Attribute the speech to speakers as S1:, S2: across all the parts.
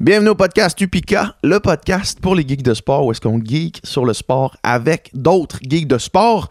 S1: Bienvenue au podcast Tupika, le podcast pour les geeks de sport où est-ce qu'on geek sur le sport avec d'autres geeks de sport.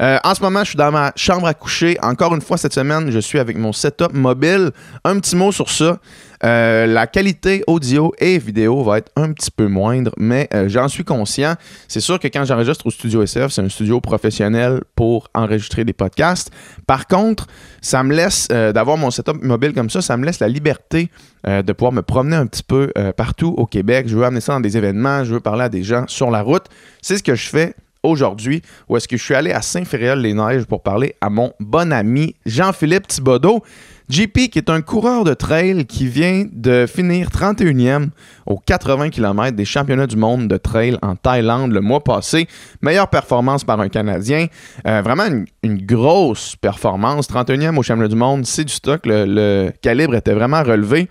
S1: Euh, en ce moment, je suis dans ma chambre à coucher. Encore une fois, cette semaine, je suis avec mon setup mobile. Un petit mot sur ça. Euh, la qualité audio et vidéo va être un petit peu moindre, mais euh, j'en suis conscient. C'est sûr que quand j'enregistre au studio SF, c'est un studio professionnel pour enregistrer des podcasts. Par contre, ça me laisse, euh, d'avoir mon setup mobile comme ça, ça me laisse la liberté euh, de pouvoir me promener un petit peu euh, partout au Québec. Je veux amener ça dans des événements, je veux parler à des gens sur la route. C'est ce que je fais aujourd'hui, où est-ce que je suis allé à Saint-Féréol-les-Neiges pour parler à mon bon ami Jean-Philippe Thibodeau. JP, qui est un coureur de trail qui vient de finir 31e aux 80 km des championnats du monde de trail en Thaïlande le mois passé. Meilleure performance par un Canadien. Euh, vraiment une, une grosse performance. 31e au championnat du monde, c'est du stock. Le, le calibre était vraiment relevé.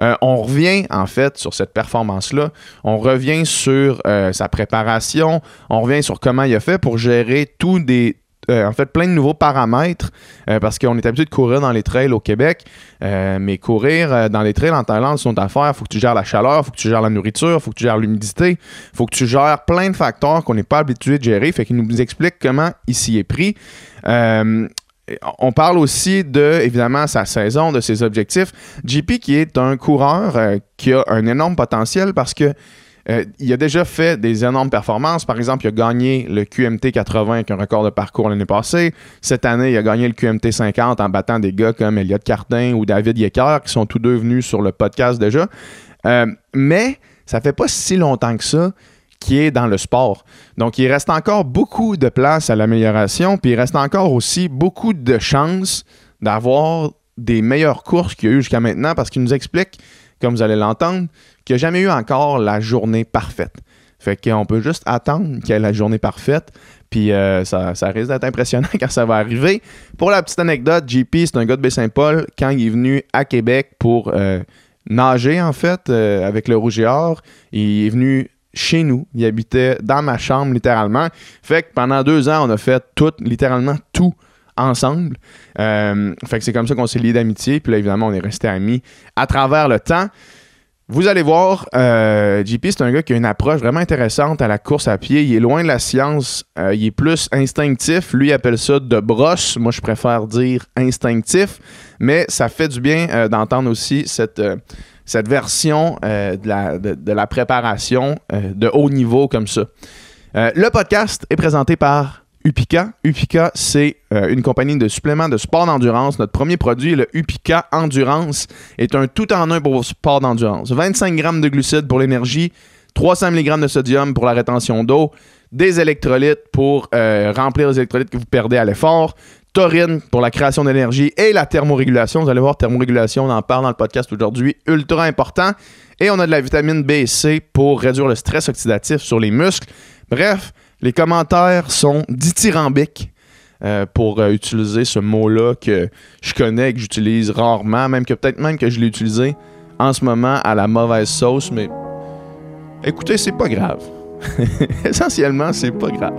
S1: Euh, on revient en fait sur cette performance-là. On revient sur euh, sa préparation. On revient sur comment il a fait pour gérer tous des, euh, en fait plein de nouveaux paramètres euh, parce qu'on est habitué de courir dans les trails au Québec, euh, mais courir euh, dans les trails en Thaïlande, c'est une autre affaire. Faut que tu gères la chaleur, faut que tu gères la nourriture, faut que tu gères l'humidité, faut que tu gères plein de facteurs qu'on n'est pas habitué de gérer. Fait qu'il nous explique comment il s'y est pris. Euh, on parle aussi de, évidemment, sa saison, de ses objectifs. JP, qui est un coureur euh, qui a un énorme potentiel parce que euh, il a déjà fait des énormes performances. Par exemple, il a gagné le QMT 80 avec un record de parcours l'année passée. Cette année, il a gagné le QMT 50 en battant des gars comme Elliot Cartin ou David Yecker, qui sont tous deux venus sur le podcast déjà. Euh, mais ça fait pas si longtemps que ça qui est dans le sport. Donc, il reste encore beaucoup de place à l'amélioration, puis il reste encore aussi beaucoup de chances d'avoir des meilleures courses qu'il y a eu jusqu'à maintenant parce qu'il nous explique, comme vous allez l'entendre, qu'il n'y a jamais eu encore la journée parfaite. Fait qu'on peut juste attendre qu'il y ait la journée parfaite, puis euh, ça, ça risque d'être impressionnant quand ça va arriver. Pour la petite anecdote, JP, c'est un gars de Baie-Saint-Paul. Quand il est venu à Québec pour euh, nager, en fait, euh, avec le Rouge et Or, il est venu chez nous. Il habitait dans ma chambre, littéralement. Fait que pendant deux ans, on a fait tout, littéralement tout ensemble. Euh, fait que c'est comme ça qu'on s'est liés d'amitié. Puis là, évidemment, on est restés amis à travers le temps. Vous allez voir, euh, JP, c'est un gars qui a une approche vraiment intéressante à la course à pied. Il est loin de la science. euh, il est plus instinctif. Lui, il appelle ça de brosse. Moi, je préfère dire instinctif. Mais ça fait du bien euh, d'entendre aussi cette, euh, cette version euh, de, la, de- de la préparation euh, de haut niveau comme ça. Euh, le podcast est présenté par Upica. Upica, c'est euh, une compagnie de suppléments de sport d'endurance. Notre premier produit, le Upica Endurance, est un tout-en-un pour vos sports d'endurance. 25 grammes de glucides pour l'énergie, 300 mg de sodium pour la rétention d'eau, des électrolytes pour euh, remplir les électrolytes que vous perdez à l'effort, taurine pour la création d'énergie et la thermorégulation. Vous allez voir, thermorégulation, on en parle dans le podcast aujourd'hui, ultra important. Et on a de la vitamine B et C pour réduire le stress oxydatif sur les muscles. Bref, les commentaires sont dithyrambiques euh, pour euh, utiliser ce mot-là que je connais, que j'utilise rarement, même que peut-être même que je l'ai utilisé en ce moment à la mauvaise sauce, mais écoutez, c'est pas grave. Essentiellement, c'est pas grave.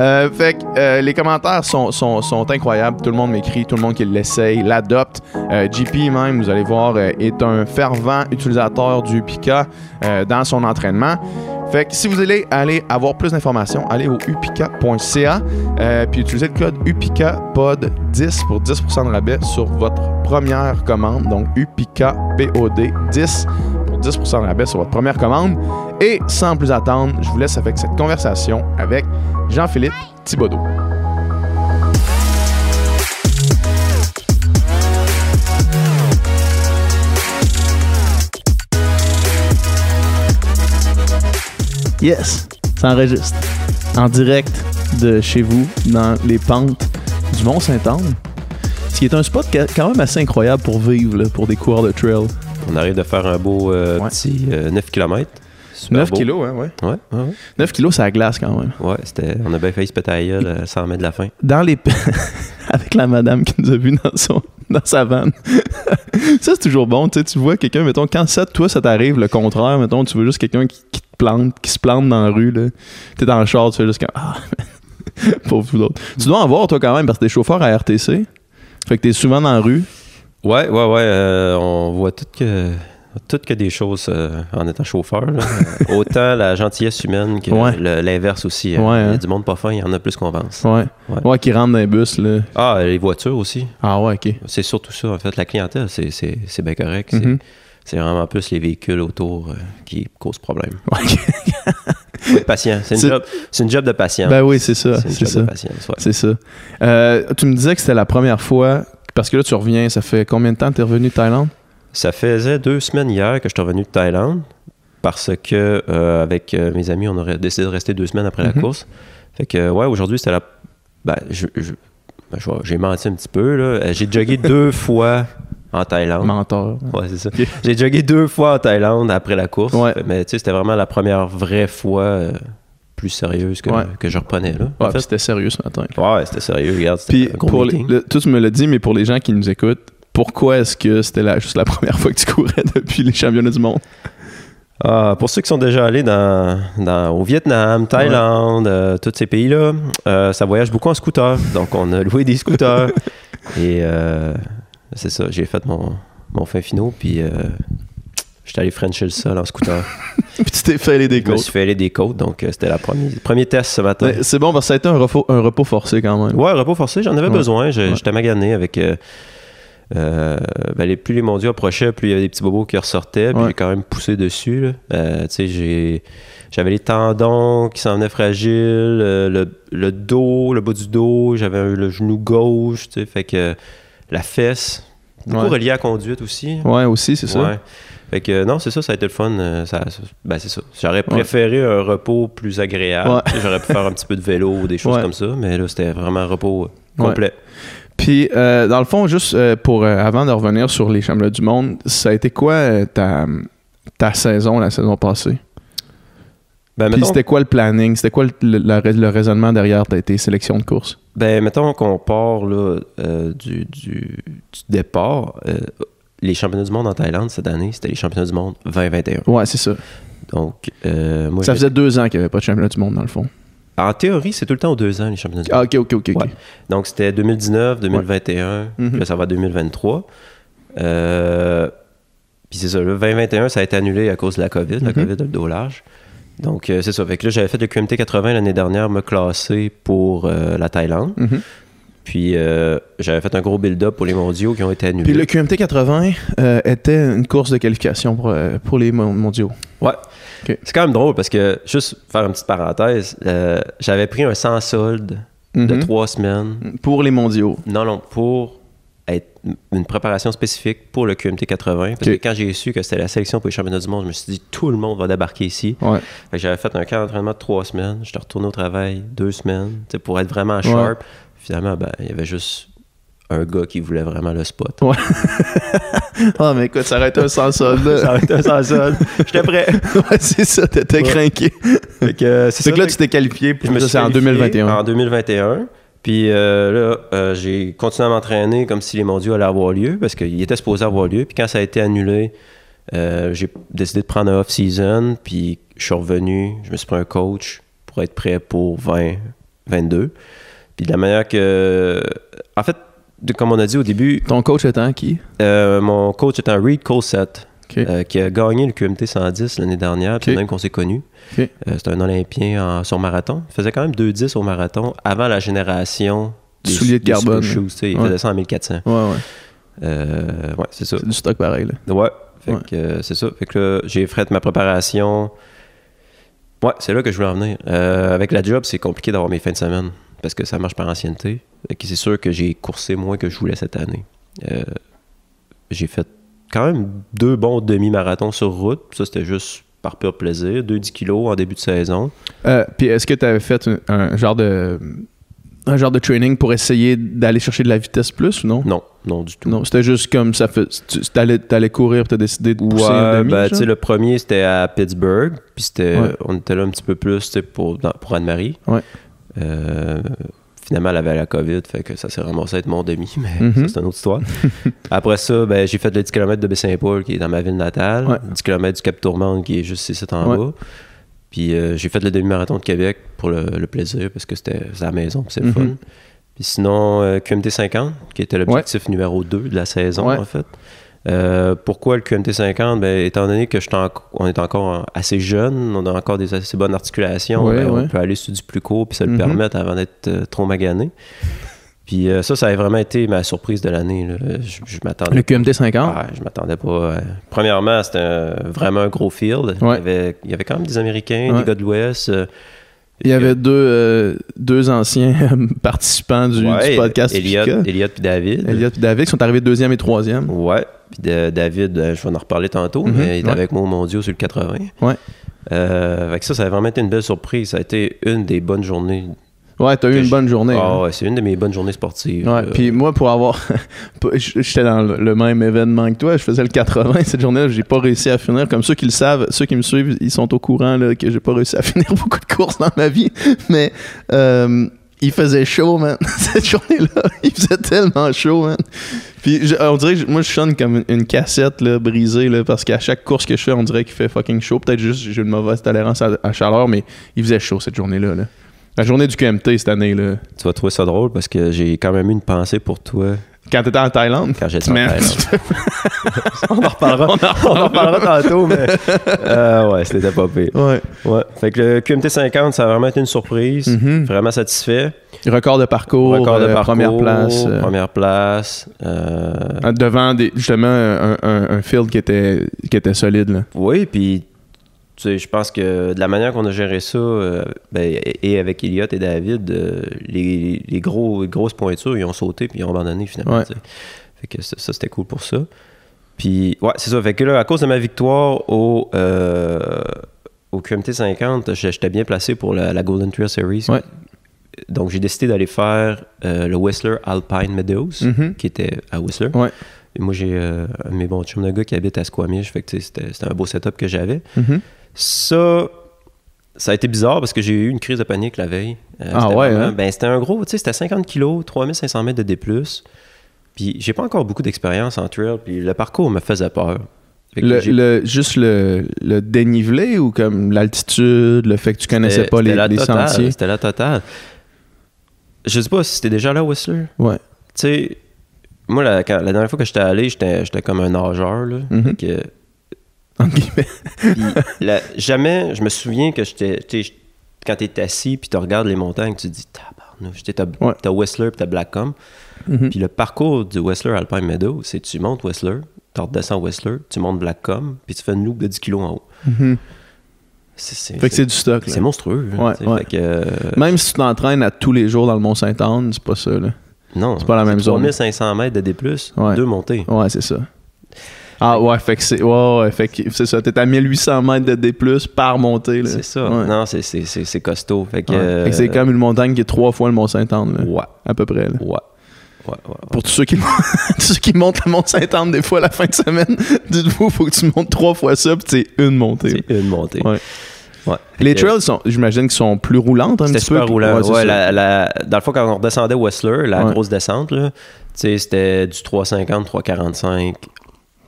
S1: Euh, fait que euh, les commentaires sont, sont, sont incroyables. Tout le monde m'écrit, tout le monde qui l'essaye, l'adopte. Euh, JP même, vous allez voir, euh, est un fervent utilisateur du Upica euh, dans son entraînement. Fait que si vous voulez aller avoir plus d'informations, allez au upica.ca euh, puis utilisez le code UPICAPOD10 pour 10% de rabais sur votre première commande. Donc UPICAPOD10 pour 10% de rabais sur votre première commande. Et sans plus attendre, je vous laisse avec cette conversation avec Jean-Philippe Thibaudot. Yes, ça enregistre. En direct de chez vous, dans les pentes du Mont-Saint-Anne. Ce qui est un spot ca- quand même assez incroyable pour vivre, là, pour des coureurs de trail.
S2: On arrive de faire un beau euh,
S1: Ouais.
S2: petit euh, 9 km.
S1: 9 kilos, hein, ouais.
S2: Ouais, ouais, ouais.
S1: 9 kilos, ça glace quand même.
S2: Ouais, c'était, on a bien failli se péter à la gueule à 100 mètres de la fin.
S1: dans les avec la madame qui nous a vu dans son dans sa vanne. ça c'est toujours bon, tu sais, tu vois quelqu'un mettons quand ça toi ça t'arrive le contraire, mettons tu veux juste quelqu'un qui, qui te plante, qui se plante dans la rue là. T'es dans le char, tu fais juste comme ah. Pauvre vous autres. Tu dois en voir toi quand même parce que t'es chauffeur à RTC. Fait que t'es souvent dans la rue.
S2: Ouais, ouais, ouais. euh, on voit tout que toutes que des choses euh, en étant chauffeur. là. Euh, Autant la gentillesse humaine que
S1: Ouais.
S2: le- l'inverse aussi. euh.
S1: Ouais,
S2: Il y
S1: hein.
S2: a du monde pas fin, il y en a plus qu'on pense.
S1: Ouais.
S2: Ouais.
S1: Ouais, qui rentre dans les bus, là.
S2: Ah, les voitures aussi.
S1: Ah ouais, ok.
S2: C'est surtout ça, en fait. La clientèle, c'est- c'est c'est bien correct. C'est-
S1: Mhm.
S2: C'est vraiment plus les véhicules autour euh, qui causent problème.
S1: Ouais, ok.
S2: Patient. C'est
S1: C'est-
S2: une, job- c'est une job de patience.
S1: Ben oui, c'est ça.
S2: c'est une
S1: C'est
S2: job
S1: ça.
S2: de patience, ouais.
S1: C'est ça. Euh, tu me disais que c'était la première fois, parce que là, tu reviens, ça fait combien de temps que t'es revenu de Thaïlande?
S2: Ça faisait deux semaines hier que je suis revenu de Thaïlande parce que euh, avec euh, mes amis, on aurait décidé de rester deux semaines après
S1: Mhm.
S2: la course. Fait que ouais, aujourd'hui c'était la. Ben, je, je- ben, je vois- j'ai menti un petit peu là. Euh, J'ai jogué deux fois Ah. en Thaïlande.
S1: Menteur.
S2: Ouais, c'est ça.
S1: Ok.
S2: J'ai jogué deux fois en Thaïlande après la course.
S1: Ouais.
S2: Fait- Mais tu sais, c'était vraiment la première vraie fois euh, plus sérieuse que,
S1: Ouais.
S2: que je reprenais là. en
S1: Ouais, puis
S2: fait.
S1: c'était sérieux ce matin.
S2: Ouais, c'était sérieux, regarde. c'était
S1: Puis,
S2: un gros
S1: pour les,
S2: meeting.
S1: le- toi, tu me l'as dit, mais pour les gens qui nous écoutent, pourquoi est-ce que c'était la, juste la première fois que tu courais depuis les championnats du monde?
S2: Ah, pour ceux qui sont déjà allés dans, dans- au Vietnam, Thaïlande, euh, tous ces pays-là, euh, ça voyage beaucoup en scooter. Donc, on a loué des scooters. et euh, c'est ça, j'ai fait mon, mon fin finaux. Puis, euh, j'étais allé frencher le sol en scooter.
S1: puis tu t'es fait les
S2: Je me
S1: décos.
S2: suis fait aller des côtes. Donc, euh, c'était le premier, premier test ce matin.
S1: Mais C'est bon parce que ça a été un repos, un repos forcé quand même.
S2: Ouais, repos forcé, j'en avais
S1: Ouais.
S2: besoin. Je-
S1: Ouais.
S2: J'étais magané avec. euh, euh, ben, les- plus les mondiaux approchaient, plus il y avait des petits bobos qui ressortaient. Puis
S1: Ouais.
S2: j'ai quand même poussé dessus. là. Euh, tu sais, j'ai- j'avais les tendons qui s'en venaient fragiles, euh, le, le dos, le bas du dos, j'avais un- le genou gauche, tu sais, fait que la fesse. Beaucoup
S1: Ouais.
S2: relié à la conduite aussi. hein.
S1: Ouais, aussi, c'est ça.
S2: Ouais. Fait que euh, non, c'est ça, ça a été le fun. euh, ça- ça- ben, c'est ça. J'aurais
S1: Ouais.
S2: préféré un repos plus agréable.
S1: Ouais.
S2: J'aurais pu faire un petit peu de vélo ou des choses
S1: Ouais.
S2: comme ça, mais là, c'était vraiment un repos euh,
S1: Ouais.
S2: complet.
S1: Puis, euh, dans le fond, juste euh, pour euh, avant de revenir sur les championnats du monde, ça a été quoi euh, ta, ta saison la saison passée?
S2: Ben,
S1: Puis,
S2: mettons,
S1: c'était quoi le planning? C'était quoi le, le- la rais- le raisonnement derrière tes, tes sélections de courses?
S2: ben, mettons qu'on part là, euh, du, du- du départ. euh, les championnats du monde en Thaïlande cette année, c'était les championnats du monde 2021.
S1: Ouais, c'est ça.
S2: Donc, euh, moi,
S1: ça
S2: j'ai-
S1: faisait deux ans qu'il n'y avait pas de championnat du monde, dans le fond.
S2: en théorie, c'est tout le temps aux deux ans, les championnats du monde.
S1: Ah, ok, ok, ok. ok.
S2: Ouais. Donc, c'était 2019, 2021,
S1: Mhm.
S2: puis là, ça va à 2023. Euh, puis c'est ça, le 2021, ça a été annulé à cause de la COVID, la
S1: Mhm.
S2: COVID a le dos large. Donc, euh, c'est ça. Fait que là, j'avais fait le QMT 80 l'année dernière, me classer pour euh, la Thaïlande.
S1: Mhm.
S2: Puis, euh, j'avais fait un gros build-up pour les mondiaux qui ont été annulés.
S1: Puis le QMT 80 euh, était une course de qualification pour, euh, pour les mon- mondiaux.
S2: Ouais.
S1: Ok.
S2: C'est quand même drôle parce que, juste faire une petite parenthèse, euh, j'avais pris un sans solde de
S1: Mhm.
S2: trois semaines
S1: Pour les mondiaux.
S2: Non, non, pour être une préparation spécifique pour le QMT 80. Parce
S1: Ok.
S2: que quand j'ai su que c'était la sélection pour les championnats du monde, je me suis dit tout le monde va débarquer ici.
S1: Ouais.
S2: Fait que j'avais fait un camp d'entraînement de trois semaines. J'étais retourné au travail deux semaines tu sais, pour être vraiment sharp. Finalement, ben, il y avait juste un gars qui voulait vraiment le spot.
S1: Ah, mais écoute, ça aurait été un sans solde.
S2: Ça va être un sans solde. J'étais prêt.
S1: ouais, c'est ça, t'étais
S2: Ouais.
S1: craqué.
S2: Fait que, euh, c'est
S1: C'est
S2: ça,
S1: que là,
S2: fait
S1: tu t'es qualifié pour Ah.
S2: Je me
S1: ça,
S2: suis
S1: c'est en
S2: qualifié
S1: 2021.
S2: En 2021. Puis euh, là, euh, j'ai continué à m'entraîner comme si les mondiaux allaient avoir lieu, parce qu'il était supposé avoir lieu. Puis quand ça a été annulé, euh, j'ai décidé de prendre un off-season. Puis je suis revenu, je me suis pris un coach pour être prêt pour 20, 22. Puis de la manière que. En fait, de- comme on a dit au début,
S1: Ton coach étant qui
S2: euh, mon coach est un Reed Colsett,
S1: Ok.
S2: euh, qui a gagné le QMT 110 l'année dernière, puis
S1: Ok.
S2: c'est même qu'on s'est connu. Euh,
S1: Ok.
S2: c'est un Olympien en, sur marathon. Il faisait quand même 2-10 au marathon avant la génération
S1: Du soulier de
S2: des super
S1: carbone.
S2: shoes, tu sais, il
S1: Ouais.
S2: faisait ça en 1400.
S1: Ouais, ouais.
S2: Euh, ouais, c'est ça.
S1: C'est du stock pareil, là.
S2: Ouais, fait
S1: Ouais.
S2: que euh, c'est ça. Fait que là, j'ai fait ma préparation. Ouais, c'est là que je voulais en venir. Euh, avec la job, c'est compliqué d'avoir mes fins de semaine parce que ça marche par ancienneté. Fait que c'est sûr que j'ai coursé moins que je voulais cette année. Euh, j'ai fait quand même deux bons demi-marathons sur route. Ça, c'était juste par pur plaisir. Deux 10 kilos en début de saison.
S1: Euh, Puis est-ce que tu avais fait un, un genre de un genre de training pour essayer d'aller chercher de la vitesse plus ou non?
S2: Non, non du tout.
S1: Non, c'était juste comme ça fait. Tu t'allais, t'allais courir, t'as décidé de pousser un
S2: Ouais,
S1: demi,
S2: ben,
S1: genre?
S2: tu sais, le premier, c'était à Pittsburgh. Puis c'était,
S1: Ouais.
S2: on était là un petit peu plus tu sais, pour, dans- pour Anne-Marie.
S1: Ouais.
S2: Euh, finalement, elle avait la COVID, fait que ça s'est ramassé à être mon demi, mais
S1: Mhm.
S2: ça, c'est une autre histoire. Après ça, ben, j'ai fait le 10 km de Baie-Saint-Paul, qui est dans ma ville natale.
S1: Ouais.
S2: 10 km du Cap-Tourmente, qui est juste ici en
S1: Ouais.
S2: bas. Puis euh, j'ai fait le demi-marathon de Québec pour le, le plaisir, parce que c'était c'était à la maison, puis c'est le
S1: Mhm.
S2: fun. Puis sinon, euh, QMT 50, qui était l'objectif numéro 2 de la saison,
S1: Ouais.
S2: en fait. Euh, pourquoi le QMT50 ben, Étant donné que je on est encore assez jeune, on a encore des assez bonnes articulations,
S1: Ouais,
S2: ben,
S1: ouais.
S2: on peut aller sur du plus court puis se le
S1: Mhm.
S2: permettre avant d'être euh, trop magané. Puis euh, ça, ça a vraiment été ma surprise de l'année. là. Je, je
S1: Le
S2: m'attendais
S1: QMT 50.
S2: pas. Je m'attendais pas. euh, Premièrement, c'était un- vraiment un gros field. Il, y
S1: Ouais.
S2: avait, il y avait quand même des Américains,
S1: Ouais.
S2: des gars de l'Ouest. euh,
S1: Il y
S2: et-
S1: avait deux, euh, deux anciens euh, participants du, du
S2: ouais,
S1: podcast.
S2: Elliot,
S1: Pika.
S2: Elliot puis David.
S1: Elliot et David qui sont arrivés deuxième et troisième.
S2: Ouais. Puis de- David, euh, je vais en reparler tantôt,
S1: Mhm,
S2: mais il était
S1: ouais.
S2: avec moi au Mondiaux sur le 80.
S1: Ouais.
S2: Euh, fait que ça, ça a vraiment été une belle surprise. Ça a été une des bonnes journées.
S1: Ouais, t'as eu
S2: Que
S1: une
S2: je-
S1: bonne journée.
S2: Ah
S1: hein.
S2: ouais, c'est une de mes bonnes journées sportives.
S1: Ouais,
S2: Euh,
S1: puis moi, pour avoir. pas- j- J'étais dans le le même événement que toi, je faisais le 80 cette journée-là, j'ai pas réussi à finir. Comme ceux qui le savent, ceux qui me suivent, ils sont au courant là, que j'ai pas réussi à finir beaucoup de courses dans ma vie. Mais euh, il faisait chaud, man. Cette journée-là, il faisait tellement chaud, man. Puis je- on dirait que je- moi, je sonne comme une cassette là, brisée, là, parce qu'à chaque course que je fais, on dirait qu'il fait fucking chaud. Peut-être juste j'ai une mauvaise tolérance à, à chaleur, mais il faisait chaud cette journée-là. là. La journée du QMT cette année, là.
S2: tu vas trouver ça drôle parce que j'ai quand même eu une pensée pour toi
S1: Quand t'étais en Thaïlande.
S2: quand j'étais en
S1: Mais-
S2: Thaïlande. On en reparlera. On en reparlera tantôt, mais euh, ouais, c'était pas pire.
S1: ouais.
S2: Ouais. Fait que le QMT 50, ça a vraiment été une surprise.
S1: Mhm.
S2: Vraiment satisfait.
S1: Record de parcours,
S2: Record de
S1: euh,
S2: parcours,
S1: première place. euh,
S2: Première place. euh,
S1: euh, Devant des- justement un, un- un field qui était, qui était solide. Là.
S2: Oui, puis tu sais, je pense que de la manière qu'on a géré ça, euh, ben, et avec Elliot et David, euh, les, les gros, les grosses pointures, ils ont sauté puis ils ont abandonné finalement.
S1: Ouais.
S2: tu sais. Fait que ça, ça, c'était cool pour ça. Puis, ouais, c'est ça. Fait que là, à cause de ma victoire au, euh, au QMT 50, j'- j'étais bien placé pour la, la Golden Trail Series.
S1: Ouais.
S2: Donc, j'ai décidé d'aller faire euh, le Whistler Alpine Meadows,
S1: Mhm.
S2: qui était à Whistler.
S1: Ouais.
S2: Et moi, j'ai euh, un de mes bons chums de gars qui habite à Squamish. Fait que, tu sais, c'était c'était un beau setup que j'avais.
S1: Mhm.
S2: Ça, ça a été bizarre parce que j'ai eu une crise de panique la veille. Euh,
S1: Ah
S2: c'était
S1: ouais,
S2: vraiment-
S1: hein?
S2: Ben, c'était un gros, tu sais, c'était 50 kilos, 3500 mètres de D+. Puis j'ai pas encore beaucoup d'expérience en trail, puis le parcours me faisait peur. Fait que
S1: Le-
S2: j'ai-
S1: le- juste le, le dénivelé ou comme l'altitude, le fait que tu connaissais
S2: c'était-
S1: pas les,
S2: c'était la
S1: les
S2: totale,
S1: sentiers.
S2: C'était la totale. Je sais pas si c'était déjà là, Whistler.
S1: Ouais.
S2: Tu sais, moi, la, quand- la dernière fois que j'étais allé, j'étais j'étais comme un nageur, là.
S1: Mhm.
S2: Fait que-
S1: Entre guillemets.
S2: Puis la- jamais, je me souviens que j'étais. tu sais, je- Quand t'es assis puis tu regardes les montagnes, tu te dis Tabarnouche, tu sais, t'as
S1: Ouais.
S2: t'as Whistler puis t'as Blackcomb.
S1: Mhm.
S2: Puis le parcours du Whistler Alpine Meadow, c'est tu montes Whistler, tu redescends Whistler, tu montes Blackcomb, puis tu fais une loupe de 10 kilos en haut.
S1: Mhm.
S2: C'est- c'est-
S1: Fait que
S2: c'est-
S1: c'est du stock. là.
S2: C'est monstrueux. là,
S1: Ouais,
S2: tu sais,
S1: ouais.
S2: fait que, euh,
S1: Même si tu t'entraînes à tous les jours dans le Mont-Saint-Anne, c'est pas ça. Là.
S2: non,
S1: c'est pas la même zone.
S2: 3500 mètres de D,
S1: Ouais.
S2: deux montées.
S1: Ouais, c'est ça. Ah ouais, fait que c'est ouais, ouais, fait que c'est ça. T'es à 1800 mètres de D+, par montée. là.
S2: C'est ça.
S1: Ouais.
S2: Non, c'est- c'est c'est- c'est costaud. Fait que,
S1: Ouais.
S2: euh,
S1: Fait que C'est comme une montagne qui est trois fois le Mont-Saint-Anne, là,
S2: Ouais, ouais,
S1: à peu près. là.
S2: ouais. ouais.
S1: Pour tous ceux qui, tous ceux qui montent le Mont-Saint-Anne des fois la fin de semaine, dites-vous, faut que tu montes trois fois ça, puis c'est une montée.
S2: C'est une montée.
S1: Ouais.
S2: Ouais.
S1: Les
S2: Fait que-
S1: trails, sont, j'imagine qu'ils sont plus roulantes un petit
S2: C'était
S1: peu.
S2: super
S1: puis-
S2: roulant.
S1: ouais, c'est
S2: Ouais,
S1: ça.
S2: la- la- dans le fond, quand on redescendait Whistler, la
S1: Ouais.
S2: grosse descente, là, tu sais, c'était du 350, 345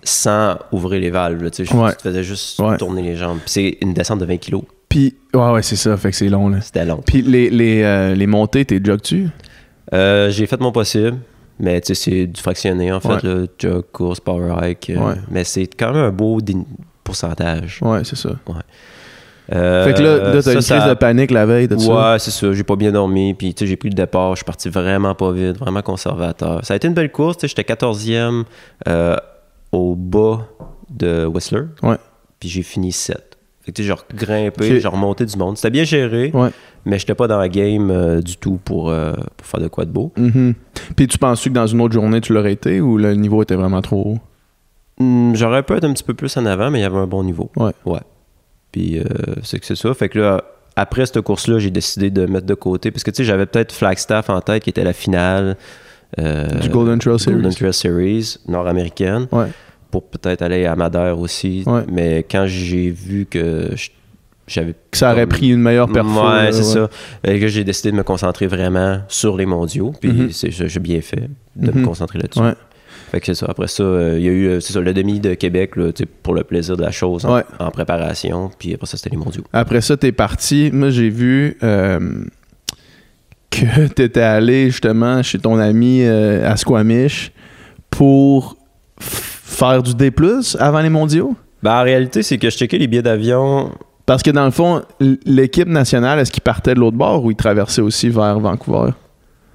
S2: sans ouvrir les valves. là, tu sais,
S1: Ouais.
S2: Tu te faisais juste
S1: Ouais.
S2: tourner les jambes. Puis c'est une descente de 20 kilos.
S1: Puis, ouais, ouais, c'est ça, fait que c'est long, là.
S2: C'était long.
S1: Puis les, les, euh, les montées, t'es jog-tu?
S2: Euh, J'ai fait mon possible. Mais tu sais, c'est du fractionné, en fait.
S1: Ouais.
S2: là, jog, course, power hike. euh,
S1: Ouais.
S2: Mais c'est quand même un beau dé- pourcentage.
S1: Ouais, c'est ça.
S2: Euh,
S1: fait que là, là t'as
S2: ça,
S1: une crise
S2: ça-
S1: de panique la veille, de ça.
S2: Ouais, c'est ça. J'ai pas bien dormi. Puis, tu sais, j'ai pris le départ. Je suis parti vraiment pas vite, vraiment conservateur. Ça a été une belle course. Tu sais, j'étais 14e euh, au bas de Whistler.
S1: Ouais.
S2: Puis j'ai fini 7. Fait que, tu sais, j'ai regrimpé,
S1: Ok.
S2: j'ai remonté du monde. C'était bien géré,
S1: Ouais.
S2: mais j'étais pas dans la game euh, du tout pour, euh, pour faire de quoi de beau.
S1: Mhm. Puis tu penses que dans une autre journée, tu l'aurais été ou le niveau était vraiment trop haut?
S2: Hmm, J'aurais pu être un petit peu plus en avant, mais il y avait un bon niveau.
S1: Ouais.
S2: Ouais. Puis euh, c'est que c'est ça. Fait que là, après cette course-là, j'ai décidé de mettre de côté. Parce que tu sais, j'avais peut-être Flagstaff en tête qui était la finale. euh,
S1: Du Golden Trail Series.
S2: Golden Trail Series nord-américaine.
S1: Ouais.
S2: Pour peut-être aller à Madère aussi.
S1: Ouais.
S2: Mais quand j'ai vu que je- j'avais.
S1: Que ça aurait
S2: comme-
S1: pris une meilleure performance.
S2: Euh, Ouais, c'est ça. Et que j'ai décidé de me concentrer vraiment sur les mondiaux. Puis
S1: Mhm.
S2: c'est- j'ai bien fait de
S1: Mhm.
S2: me concentrer là-dessus.
S1: Ouais.
S2: Fait que c'est ça. Après ça, euh, il y a eu euh, c'est ça, le demi de Québec là, tu sais, pour le plaisir de la chose en,
S1: Ouais.
S2: en préparation. Puis après ça, c'était les mondiaux.
S1: Après ça, t'es parti. Moi, j'ai vu euh, que t'étais allé justement chez ton ami euh, à Squamish pour f- faire du D avant les mondiaux?
S2: Ben, en réalité, c'est que je checkais les billets d'avion.
S1: Parce que dans le fond, l- l'équipe nationale, est-ce qu'ils partaient de l'autre bord ou ils traversaient aussi vers Vancouver?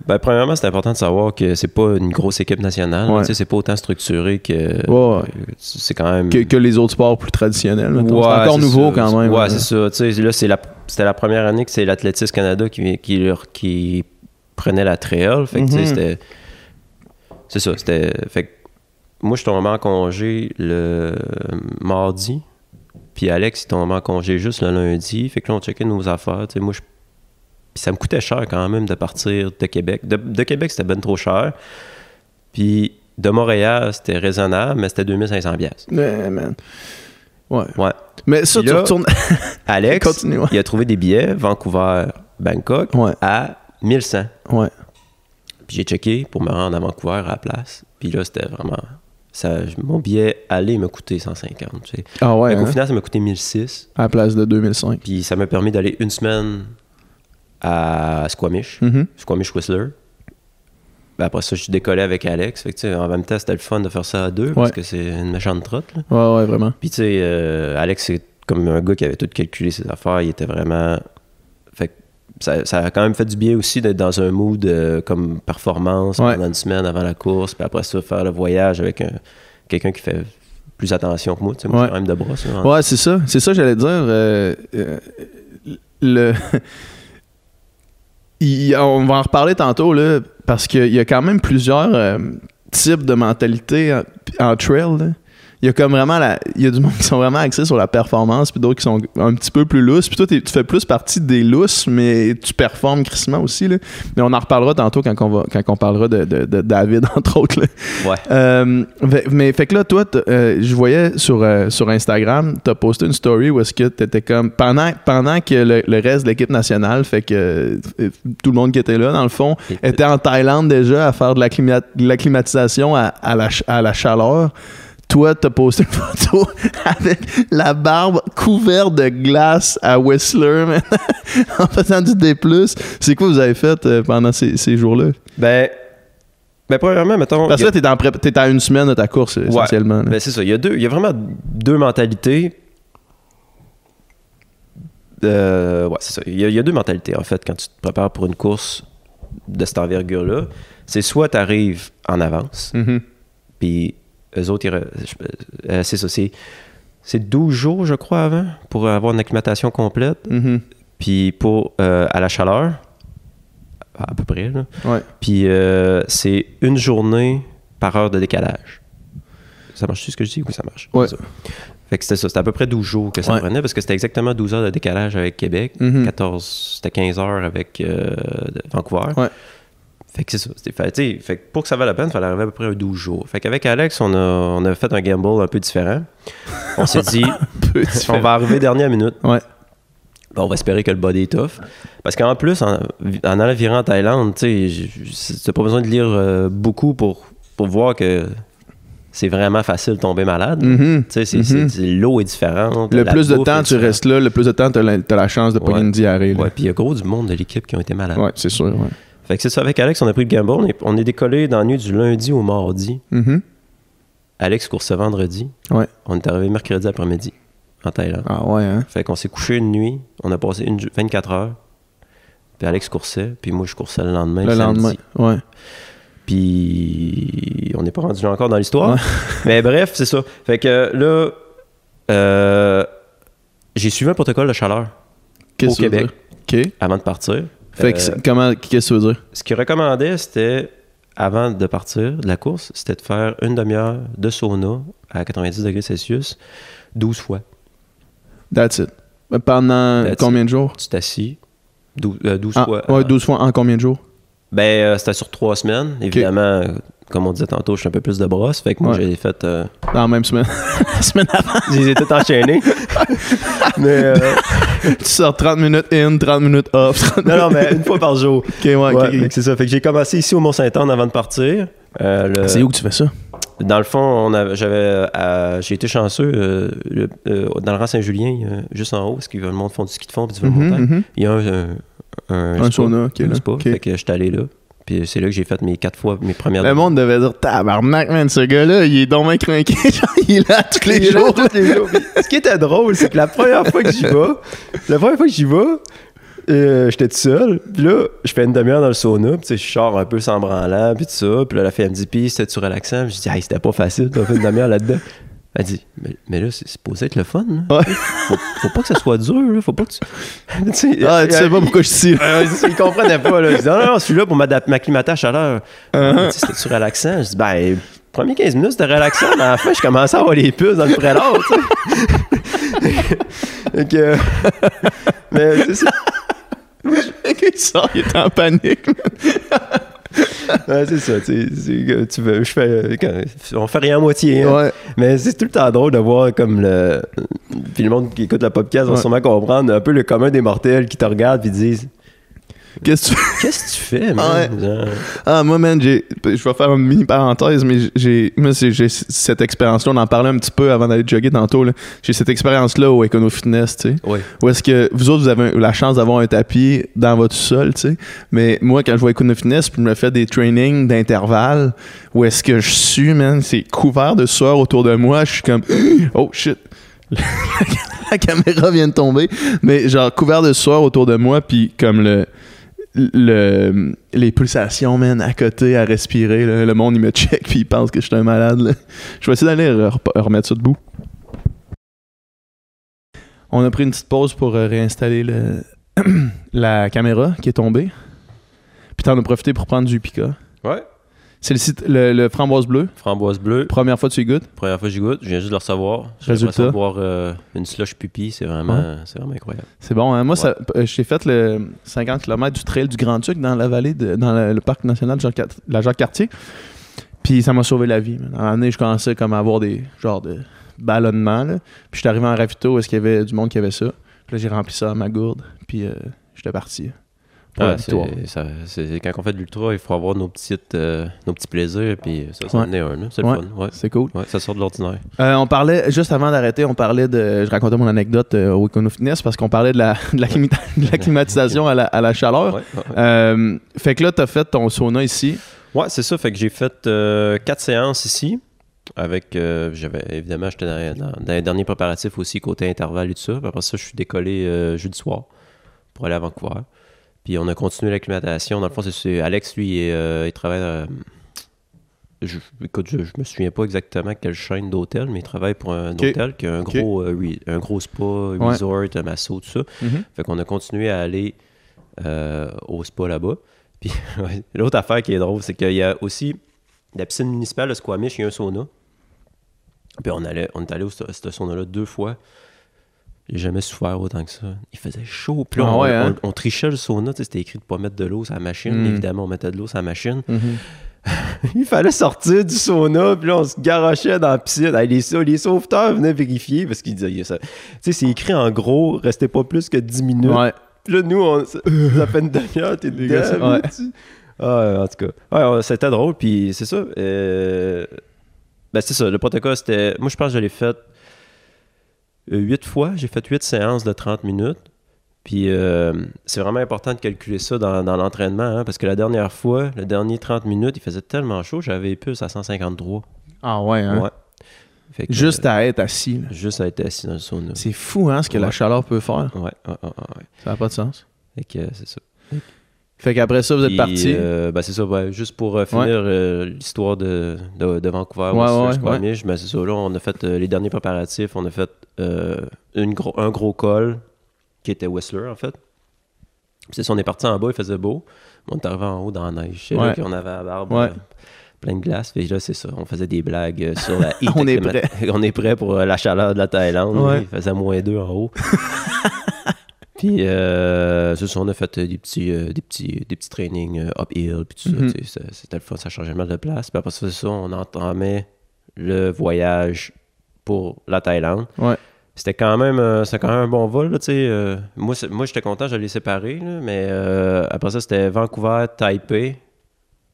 S2: Ben, premièrement, c'est important de savoir que c'est pas une grosse équipe nationale.
S1: Ouais.
S2: Tu sais, c'est pas autant structuré que.
S1: Ouais, ouais.
S2: C'est quand même.
S1: Que, que les autres sports plus traditionnels. mettons. c'est
S2: Ouais,
S1: encore nouveau
S2: ça.
S1: quand même. hein.
S2: Ouais, c'est ça. Tu sais, là, c'est la, c'était la première année que c'est l'Athlétisme Canada qui, qui, leur- qui prenait la trail. Fait que, tu sais,
S1: Mhm.
S2: c'était. C'est ça. C'était. Fait que moi, je suis tombé en congé le mardi. Puis Alex, il tombe en congé juste le lundi. Fait que là, on checkait nos affaires. Tu sais, moi, je- Puis ça me coûtait cher quand même de partir de Québec. De, de Québec, c'était ben trop cher. Puis de Montréal, c'était raisonnable, mais c'était 2500$. piastres.
S1: Ouais, man. Ouais.
S2: Ouais.
S1: Mais ça,
S2: Puis
S1: tu
S2: là-
S1: retournes.
S2: Alex,
S1: Continue, ouais.
S2: il a trouvé des billets Vancouver, Bangkok
S1: Ouais.
S2: à 1100.
S1: ouais.
S2: Puis j'ai checké pour me rendre à Vancouver à la place. Puis là, c'était vraiment. Ça, mon billet aller me coûtait 150. tu sais.
S1: Ah ouais.
S2: Fait qu'au
S1: hein?
S2: final, ça m'a coûté 1006.
S1: À la place de 2005.
S2: Puis ça m'a permis d'aller une semaine à Squamish,
S1: Mhm.
S2: Squamish Whistler. Ben, après ça, je décollais avec Alex. Fait que, tu sais, en même temps, c'était le fun de faire ça à deux parce
S1: Ouais.
S2: que c'est une méchante trotte. là.
S1: Ouais, ouais, vraiment.
S2: Puis tu sais, euh, Alex, c'est comme un gars qui avait tout calculé ses affaires. Il était vraiment. Fait que ça, ça a quand même fait du bien aussi d'être dans un mood euh, comme performance
S1: Ouais.
S2: pendant une semaine avant la course. Puis après ça, faire le voyage avec un- quelqu'un qui fait plus attention que moi. Tu sais, moi,
S1: Ouais.
S2: je suis quand même de bras. ça, en-
S1: Ouais, c'est ça. C'est ça, que j'allais dire. euh, euh, le. Il- on va en reparler tantôt, là, parce qu'il y a quand même plusieurs euh, types de mentalités en, en trail. là. Il y a comme vraiment la. Il y a du monde qui sont vraiment axés sur la performance, puis d'autres qui sont un petit peu plus lousses. Puis toi, t'es- tu fais plus partie des lousses, mais tu performes crissement aussi. Là. Mais on en reparlera tantôt quand on, va, quand on parlera de, de- de David, entre autres. là.
S2: Ouais.
S1: Euh, fait- mais fait que là, toi, t'as- euh, je voyais sur, euh, sur Instagram, t'as posté une story où est-ce que t'étais comme. Pendant, pendant que le, le reste de l'équipe nationale, fait que euh, tout le monde qui était là, dans le fond,
S2: Et-
S1: était en Thaïlande déjà à faire de la, climat- de la climatisation à, à la, ch- à la chaleur. Toi, t'as posté une photo avec la barbe couverte de glace à Whistler, man, en faisant du D+. C'est quoi vous avez fait euh, pendant ces, ces jours-là?
S2: Ben, ben, premièrement, mettons.
S1: Parce
S2: il
S1: que
S2: y a-
S1: là, t'es, en prép- t'es à une semaine de ta course, essentiellement. là.
S2: Ben, c'est ça. Il y a deux. Il y a vraiment deux mentalités. Euh, ouais, c'est ça. Il y, a, il y a deux mentalités, en fait, quand tu te prépares pour une course de cette envergure-là. C'est soit tu arrives en avance,
S1: Mhm.
S2: puis eux autres, ils re- je- euh, c'est ça. C'est, c'est 12 jours, je crois, avant, pour avoir une acclimatation complète.
S1: Mhm.
S2: Puis pour euh, à la chaleur, à peu près, là.
S1: Ouais.
S2: Puis euh, c'est une journée par heure de décalage. Ça marche-tu ce que je dis? Oui, ça marche.
S1: Ouais.
S2: Ça. Fait que c'était ça. C'était à peu près 12 jours que ça
S1: Ouais.
S2: prenait parce que c'était exactement 12 heures de décalage avec Québec.
S1: Mhm.
S2: 14, c'était 15 heures avec euh, de- Vancouver.
S1: Ouais.
S2: Fait que c'est ça. C'était- fait- tu sais, fait que pour que ça vaille la peine, il fallait arriver à peu près à 12 jours. Fait qu'avec Alex, on a, on a fait un gamble un peu différent. On s'est dit, on va arriver dernière minute.
S1: Ouais.
S2: Bon, on va espérer que le body est tough. Parce qu'en plus, en, en allant virer en Thaïlande, tu sais, j- j- t'as pas besoin de lire euh, beaucoup pour, pour voir que c'est vraiment facile de tomber malade.
S1: Mhm.
S2: Tu sais, c'est-
S1: Mhm.
S2: c'est- c'est- l'eau est différente.
S1: Le
S2: la
S1: plus de
S2: bouffe
S1: temps
S2: est
S1: tu
S2: différente.
S1: restes là, le plus de temps t'as la, t'as la chance de pogner
S2: Ouais.
S1: une diarrhée. là.
S2: Ouais, puis il y a gros du monde de l'équipe qui ont été malades.
S1: Ouais, c'est sûr. ouais.
S2: Fait que c'est ça, avec Alex, on a pris le gamble. On est, on est décollé dans la nuit du lundi au mardi.
S1: Mhm.
S2: Alex course vendredi.
S1: Ouais.
S2: On est arrivé mercredi après-midi en Thaïlande.
S1: Ah ouais, hein?
S2: Fait qu'on s'est couché une nuit, on a passé une, ju- 24 heures. Puis Alex coursait, puis moi je coursais le lendemain.
S1: Le
S2: samedi.
S1: lendemain. Ouais.
S2: Puis on n'est pas rendu là encore dans l'histoire.
S1: Ouais.
S2: Mais bref, c'est ça. Fait que là, euh, j'ai suivi un protocole de chaleur
S1: Qu'est-ce que
S2: Au
S1: ça veut
S2: Québec.
S1: dire? OK.
S2: avant de partir.
S1: Fait
S2: Euh,
S1: que c'est- comment, qu'est-ce que ça veut dire?
S2: ce qu'il recommandait, c'était, avant de partir de la course, c'était de faire une demi-heure de sauna à 90 degrés Celsius 12 fois.
S1: That's it. Euh, Pendant
S2: That's
S1: combien de jours?
S2: Tu t'assis 12, euh, 12
S1: Ah,
S2: fois.
S1: ouais, 12 fois en combien de jours?
S2: Ben, euh, c'était sur trois semaines. Évidemment, euh, comme on disait tantôt, je suis un peu plus de brosse. Fait que moi,
S1: Ouais.
S2: j'ai fait. euh,
S1: Dans la même semaine. la semaine avant,
S2: je les ai tous enchaînés. mais. euh,
S1: tu sors 30 minutes in, 30 minutes off. 30
S2: non, non, mais une fois par jour.
S1: OK, ouais, ok,
S2: Ouais,
S1: ok.
S2: fait que c'est ça. Fait que j'ai commencé ici au Mont-Saint-Anne avant de partir. Euh, le-
S1: C'est où que tu fais ça?
S2: Dans le fond, on avait- j'avais, euh, euh, j'ai été chanceux euh, le- euh, dans le rang Saint-Julien, euh, juste en haut, parce que le monde font du ski de fond puis du vélo de
S1: Mhm,
S2: montagne.
S1: mhm.
S2: Il y a un, un, un
S1: Un
S2: spa,
S1: sauna, ok,
S2: un
S1: là.
S2: spa.
S1: Ok.
S2: Fait que j'étais allé là. Puis c'est là que j'ai fait mes quatre fois, mes premières.
S1: Le monde devait dire Tabarnak, man, ce gars-là, il est donc bien craqué. Genre, il est là tous les
S2: Il est là
S1: jours.
S2: tous les jours. Puis Ce qui était drôle, c'est que la première fois que j'y vais, la première fois que j'y vais, euh, j'étais tout seul. Puis là, je fais une demi-heure dans le sauna. Puis tu sais, je sors un peu sans branlant. Puis tout ça. Puis là, la fille, elle me dit, puis c'était-tu relaxant? Puis je dis, hey, c'était pas facile. T'as fait une demi-heure là-dedans. Elle dit, mais, mais là, c'est supposé être le fun. là.
S1: Ouais.
S2: Faut, faut pas que ça soit dur. Là. Faut pas que tu. Tu sais,
S1: Ah, tu sais
S2: elle-
S1: pas pourquoi je suis ici.
S2: euh, c'est ça, ils comprenaient pas. Là. Ils disaient, Ah, non, non, je suis là pour m'adap- m'acclimater à la chaleur.
S1: Ah.
S2: Tu sais, C'était-tu relaxant? Je dis, ben, premier 15 minutes, c'était relaxant, mais à la fin, je commençais à avoir les puces dans le prélat, tu sais. Fait que- Mais c'est ça.
S1: il sort, il est en panique.
S2: Ouais, c'est ça. tu sais, c'est que tu veux, je fais, quand- on fait rien à moitié. hein.
S1: Ouais.
S2: Mais c'est tout le temps drôle de voir comme le. Puis le monde qui écoute la podcast va
S1: Ouais.
S2: sûrement comprendre un peu le commun des mortels qui te regardent puis disent
S1: Qu'est-ce que tu
S2: Qu'est-ce que tu fais, man? Genre,
S1: Ah, moi, man, j'ai- je vais faire une mini parenthèse, mais j'ai, moi, c'est- j'ai cette expérience-là. On en parlait un petit peu avant d'aller jogger tantôt. là. J'ai cette expérience-là au Econo Fitness, tu sais.
S2: Ouais.
S1: Ou est-ce que vous autres, vous avez la chance d'avoir un tapis dans votre sol, tu sais? Mais moi, quand je vois Econo Fitness, puis je me fais des trainings d'intervalle, où est-ce que je suis, man? C'est couvert de sueur autour de moi. Je suis comme, oh shit. la caméra vient de tomber. Mais genre, couvert de sueur autour de moi, puis comme le. le- les pulsations, man, à côté, à respirer. là. Le monde, il me check, puis il pense que je suis un malade. là. Je vais essayer d'aller re- remettre ça debout. On a pris une petite pause pour euh, réinstaller le- la caméra qui est tombée. Puis t'en as profité pour prendre du Pica.
S2: Ouais.
S1: C'est le, cit- le, le framboise bleu.
S2: Framboise bleue.
S1: Première fois que tu y goûtes.
S2: Première fois que j'y goûte, je viens juste de le recevoir. J'ai
S1: Résultat?
S2: l'impression de boire euh, une slush pupille, c'est vraiment, c'est vraiment incroyable.
S1: C'est bon, hein? Moi,
S2: Ouais.
S1: ça- euh, j'ai fait le 50 km du trail du Grand-Duc dans la vallée, de- dans le, le parc national de Jacques- la Jacques-Cartier. Puis ça m'a sauvé la vie. man. À un moment donné, je commençais comme à avoir des genres de ballonnements. là. Puis je suis arrivé en ravito où est-ce qu'il y avait du monde qui avait ça. Puis là, j'ai rempli ça à ma gourde. Puis euh, j'étais parti. Pour la
S2: Ah, c'est-
S1: victoire.
S2: ça- c'est- quand on fait de l'ultra, il faut avoir nos, petites, euh, nos petits plaisirs, puis ça, ça en est un. là. C'est le
S1: Ouais.
S2: fun. Ouais.
S1: C'est cool.
S2: Ouais, ça sort de l'ordinaire.
S1: Euh, on parlait, juste avant d'arrêter, on parlait de. Je racontais mon anecdote euh, au Econo Fitness parce qu'on parlait de la, de la, climat- de la climatisation à la, à la chaleur.
S2: Ouais, ouais, ouais.
S1: Euh, fait que là, t'as fait ton sauna ici.
S2: Ouais, c'est ça. Fait que j'ai fait euh, quatre séances ici. Avec, euh, j'avais évidemment, j'étais dans, dans- dans les derniers préparatifs aussi, côté intervalle et tout ça. Puis après ça, je suis décollé euh, jeudi soir pour aller à Vancouver. Puis on a continué l'acclimatation. Dans le fond, c'est- c'est Alex, lui, il, euh, il travaille. euh, je, écoute, je, je me souviens pas exactement quelle chaîne d'hôtel, mais il travaille pour un
S1: Ok.
S2: hôtel qui a un
S1: Ok.
S2: gros, euh, re- un gros spa, resort, un masso, tout ça.
S1: Mhm.
S2: Fait qu'on a continué à aller euh, au spa là-bas. Puis ouais, l'autre affaire qui est drôle, c'est qu'il y a aussi la piscine municipale de Squamish, il y a un sauna. Puis on, allait, on est allé au ce ce sauna-là deux fois. J'ai jamais souffert autant que ça. Il faisait chaud. Puis là,
S1: Ah
S2: on,
S1: ouais, hein?
S2: on- on trichait le sauna. tu sais, C'était écrit de pas mettre de l'eau sur la machine.
S1: Mm.
S2: Évidemment, on mettait de l'eau sur la machine. Hmm.
S1: Mm-hmm.
S2: Il fallait sortir du sauna, puis là, on se garochait dans la piscine. Hey, les, sau- les sauveteurs venaient vérifier parce qu'ils disaient ça. Tu sais, c'est écrit en gros, restez pas plus que 10 minutes.
S1: Ouais.
S2: Puis là, nous, on, ça ça fait une demi-heure, t'es
S1: Les
S2: dedans.
S1: gars,
S2: là,
S1: ouais.
S2: tu- Ah, en tout cas. Ouais, on- c'était drôle, puis c'est ça. euh, Ben, c'est ça. Le protocole, c'était. Moi, je pense que je l'ai fait euh, huit fois. J'ai fait huit séances de 30 minutes. Puis euh, c'est vraiment important de calculer ça dans, dans l'entraînement, hein, parce que la dernière fois, le dernier 30 minutes, il faisait tellement chaud, j'avais les pulses à 153.
S1: Ah ouais, hein?
S2: Ouais. Fait que,
S1: Juste à être assis. là.
S2: euh, juste à être assis dans le sauna.
S1: C'est fou, hein, ce que la
S2: Ouais.
S1: chaleur peut faire.
S2: Ouais, ouais, ouais, ouais, ouais.
S1: Ça n'a pas de sens.
S2: Fait que euh, c'est ça.
S1: Fait qu'après ça, vous êtes
S2: Puis,
S1: parti.
S2: euh, ben, c'est ça, ouais, juste pour euh, finir euh, l'histoire de, de, de Vancouver,
S1: Ouais,
S2: West
S1: ouais,
S2: Coast Squamish, ben, c'est ça, là, on a fait euh, les derniers préparatifs, on a fait euh, une gro- un gros col qui était Whistler, en fait. Puis c'est ça, on est parti en bas, il faisait beau. On est arrivé en haut dans la neige. C'est
S1: Ouais.
S2: là qu'on avait à barbe
S1: Ouais.
S2: euh, plein de glace. Puis là, c'est ça, on faisait des blagues euh, sur la heat
S1: On est
S2: acclimat- on est prêt pour euh, la chaleur de la Thaïlande.
S1: Ouais.
S2: Il faisait moins 2 en haut. Puis, euh, c'est ça, on a fait euh, des petits, euh, des petits, des petits trainings euh, uphill, puis tout ça.
S1: Mhm.
S2: tu sais, ça- C'était le fun, ça changeait mal de place. Puis après ça, c'est ça, on entamait le voyage pour la Thaïlande.
S1: Ouais.
S2: C'était quand même, euh, c'était quand même un bon vol, là, tu sais. euh, moi, c'est- moi j'étais content, je l'ai séparé, là, mais euh, après ça, c'était Vancouver, Taipei,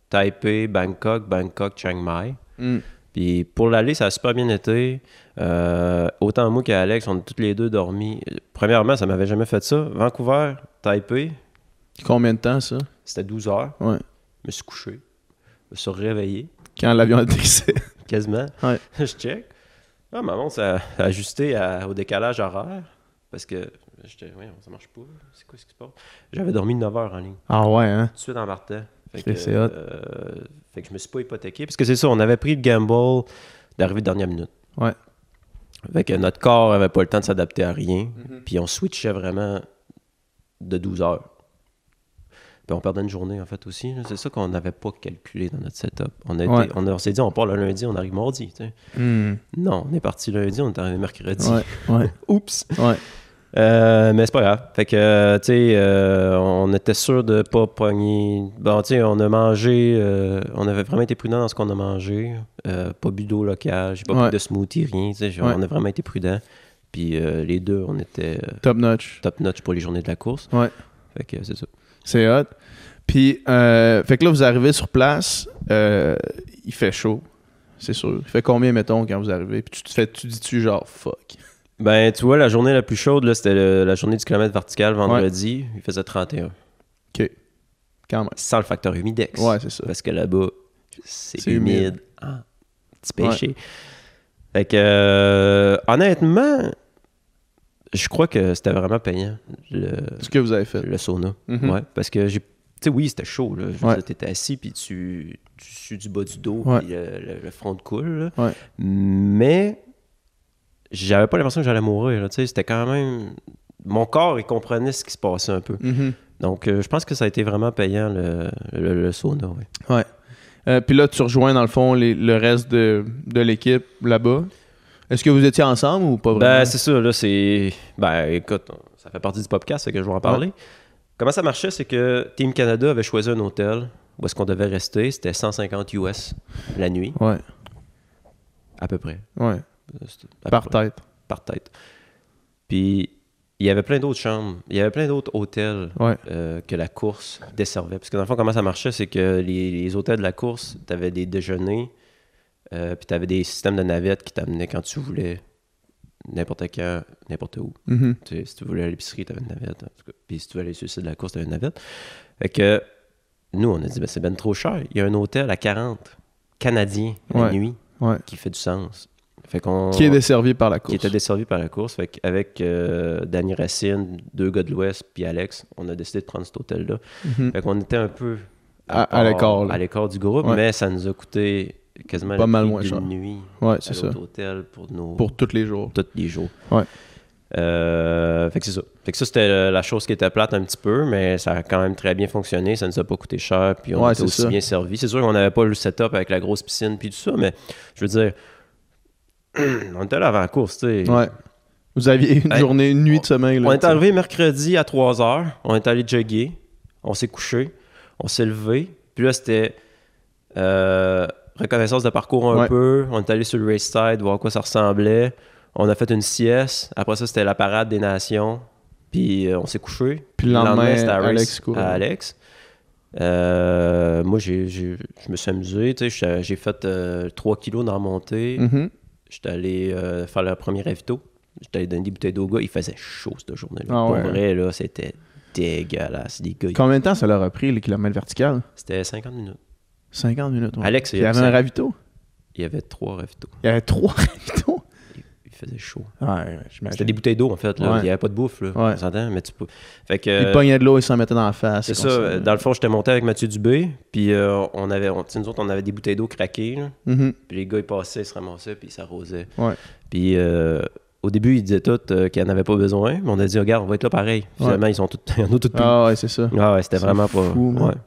S2: Taipei, Bangkok, Bangkok, Chiang Mai.
S1: Mm.
S2: Puis pour l'aller, ça a super bien été. Euh, autant moi qu'Alex, on a toutes les deux dormi. Euh, Premièrement, ça m'avait jamais fait ça. Vancouver, Taipei,
S1: Combien de temps, ça?
S2: c'était 12 heures.
S1: Ouais.
S2: Je me suis couché. Je me suis réveillé,
S1: Quand l'avion a décès.
S2: quasiment.
S1: Ouais.
S2: je check. Ah, ma montre, ça a ajusté à- au décalage horaire. Parce que j'étais, voyons, ça marche pas. C'est quoi ce qui se passe? J'avais dormi 9 heures en ligne.
S1: Ah ouais, hein?
S2: tout de suite en partant. Fait
S1: C'est-
S2: que,
S1: c'est hot.
S2: euh, fait que je me suis pas hypothéqué. Parce que c'est ça, on avait pris le gamble d'arriver de dernière minute.
S1: Ouais.
S2: Fait que notre corps avait pas le temps de s'adapter à rien. Puis on switchait vraiment de 12 heures. Puis on perdait une journée, en fait, aussi. là. C'est ça qu'on n'avait pas calculé dans notre setup. On, a été-
S1: Ouais.
S2: on, a- on s'est dit, on part le lundi, on arrive mardi. tu sais.
S1: Hmm.
S2: Non, on est parti lundi, on est arrivé mercredi.
S1: Ouais, ouais,
S2: Oups!
S1: ouais.
S2: Euh, mais c'est pas grave. Fait que, euh, tu sais, euh, on était sûr de pas pogner. Bon, tu sais, on a mangé. euh, on avait vraiment été prudent dans ce qu'on a mangé. Euh, pas bu d'eau locale, j'ai pas
S1: Ouais.
S2: pris de smoothie, rien. tu sais, j'ai-
S1: Ouais.
S2: On a vraiment été prudent. Puis euh, les deux, on était euh,
S1: Top notch.
S2: top notch pour les journées de la course.
S1: Ouais.
S2: Fait que euh, c'est ça.
S1: C'est hot. Puis, euh, fait que là, vous arrivez sur place, euh, il fait chaud, c'est sûr. Il fait combien, mettons, quand vous arrivez? Puis tu te fais, tu dis-tu genre fuck?
S2: Ben, tu vois, la journée la plus chaude, là, c'était le- la journée du kilomètre vertical vendredi. Il faisait 31.
S1: Quand même.
S2: Sans le facteur humidex.
S1: Ouais, c'est ça.
S2: Parce que là-bas, c'est
S1: C'est
S2: humide.
S1: humide.
S2: Ah, petit péché. Fait que, euh, honnêtement, je crois que c'était vraiment payant, le,
S1: Ce que vous avez fait.
S2: le sauna.
S1: Mhm.
S2: Ouais, parce que j'ai. Tu sais, oui, c'était chaud. Là. Je veux
S1: Ouais.
S2: dire, t'étais assis, puis tu, tu sues du bas du dos,
S1: Ouais.
S2: puis le, le- le front te coule. là.
S1: Ouais.
S2: Mais j'avais pas l'impression que j'allais mourir. là. Tu sais, c'était quand même. Mon corps, il comprenait ce qui se passait un peu.
S1: Mhm.
S2: Donc, euh, je pense que ça a été vraiment payant, le, le- le sauna. ouais.
S1: Ouais. Euh, puis là, tu rejoins, dans le fond, les- le reste de, de l'équipe là-bas. Est-ce que vous étiez ensemble ou pas vraiment?
S2: Ben, c'est ça, là, c'est. Ben, écoute, on- ça fait partie du podcast, fait que je vais en parler. Comment ça marchait, c'est que Team Canada avait choisi un hôtel où est-ce qu'on devait rester. C'était 150 US la nuit,
S1: Ouais,
S2: à peu près.
S1: ouais.
S2: Euh, c'était à peu
S1: Par
S2: près.
S1: tête.
S2: Par tête. Puis, il y avait plein d'autres chambres. Il y avait plein d'autres hôtels
S1: Ouais.
S2: euh, que la course desservait. Parce que dans le fond, comment ça marchait, c'est que les, les hôtels de la course, tu avais des déjeuners, euh, puis tu avais des systèmes de navettes qui t'amenaient quand tu voulais, n'importe quand, n'importe où.
S1: Mhm.
S2: Tu sais, si tu voulais aller à l'épicerie, t'avais une navette. en tout cas. Puis si tu voulais aller sur le site de la course, t'avais une navette. Fait que nous, on a dit, ben, c'est ben trop cher. Il y a un hôtel à 40 canadien la
S1: Ouais.
S2: nuit
S1: Ouais.
S2: qui fait du sens. Fait qu'on,
S1: Qui est desservi par la course.
S2: qui était desservi par la course. Fait qu'avec euh, Danny Racine, deux gars de l'Ouest, puis Alex, on a décidé de prendre cet hôtel-là.
S1: Mhm.
S2: Fait qu'on était un peu
S1: À- à l'écart, là.
S2: à l'écart du groupe,
S1: Ouais.
S2: mais ça nous a coûté quasiment
S1: Pas
S2: le
S1: mal
S2: prix
S1: moins
S2: d'une
S1: cher.
S2: nuit
S1: Ouais,
S2: à
S1: c'est ça.
S2: l'autre hôtel pour nos
S1: Pour tous les jours.
S2: tous les jours.
S1: Ouais.
S2: Euh, fait que c'est ça. Fait que ça, c'était euh, la chose qui était plate un petit peu, mais ça a quand même très bien fonctionné. Ça nous a pas coûté cher, puis on
S1: Ouais,
S2: était
S1: c'est
S2: aussi
S1: ça.
S2: bien servi. C'est sûr qu'on n'avait pas le setup avec la grosse piscine, puis tout ça, mais je veux dire, on était là avant la course, tu sais.
S1: Ouais. Vous aviez une
S2: Hey,
S1: journée, une nuit de sommeil. là,
S2: On est
S1: tu sais.
S2: arrivé mercredi à 3h, on est allé jogger, on s'est couché, on s'est levé, puis là, c'était euh, reconnaissance de parcours un
S1: Ouais.
S2: peu, on est allé sur le race side, voir à quoi ça ressemblait, on a fait une sieste, après ça, c'était la parade des nations, puis euh, on s'est couché.
S1: Puis le lendemain,
S2: la
S1: Alex courait.
S2: à Alex. Euh, moi, j'ai, j'ai- je me suis amusé, tu sais, j'ai- j'ai fait euh, 3 kilos dans la montée,
S1: Mhm.
S2: J'étais allé euh, faire le premier ravito. J'étais allé donner des bouteilles d'eau au gars. Il faisait chaud cette journée-là.
S1: Ah
S2: Pour
S1: ouais.
S2: vrai, là, c'était dégueulasse. Les gars, ils-
S1: Combien de temps ça leur a pris, les kilomètres verticales?
S2: c'était 50 minutes.
S1: 50 minutes. ouais.
S2: Alex,
S1: Puis il y avait un ravito.
S2: il y avait trois ravitos.
S1: Il y avait trois ravitos.
S2: Il faisait chaud.
S1: Ouais,
S2: C'était
S1: j'imagine.
S2: des bouteilles d'eau, en fait. là.
S1: Ah, Ouais.
S2: Il n'y avait pas de bouffe. Là.
S1: Ouais.
S2: On s'entend, mais tu peux. Fait que.
S1: Ils
S2: euh,
S1: pognaient de l'eau, ils s'en mettaient dans la face.
S2: C'est
S1: et
S2: ça.
S1: comme
S2: euh, Dans le fond, j'étais monté avec Mathieu Dubé. Puis euh, on avait. On, tu sais, nous autres, on avait des bouteilles d'eau craquées. là.
S1: Mhm.
S2: Puis les gars, ils passaient, ils se ramassaient, puis ils s'arrosaient.
S1: Ouais.
S2: Puis euh, au début, ils disaient tout euh, qu'ils n'en avaient pas besoin. Mais on a dit, regarde, on va être là pareil. Finalement, ils sont tous. Il y en a tous plus.
S1: Ah ouais, c'est ça.
S2: Ah ouais, c'était
S1: C'est
S2: vraiment pas.
S1: fou, man.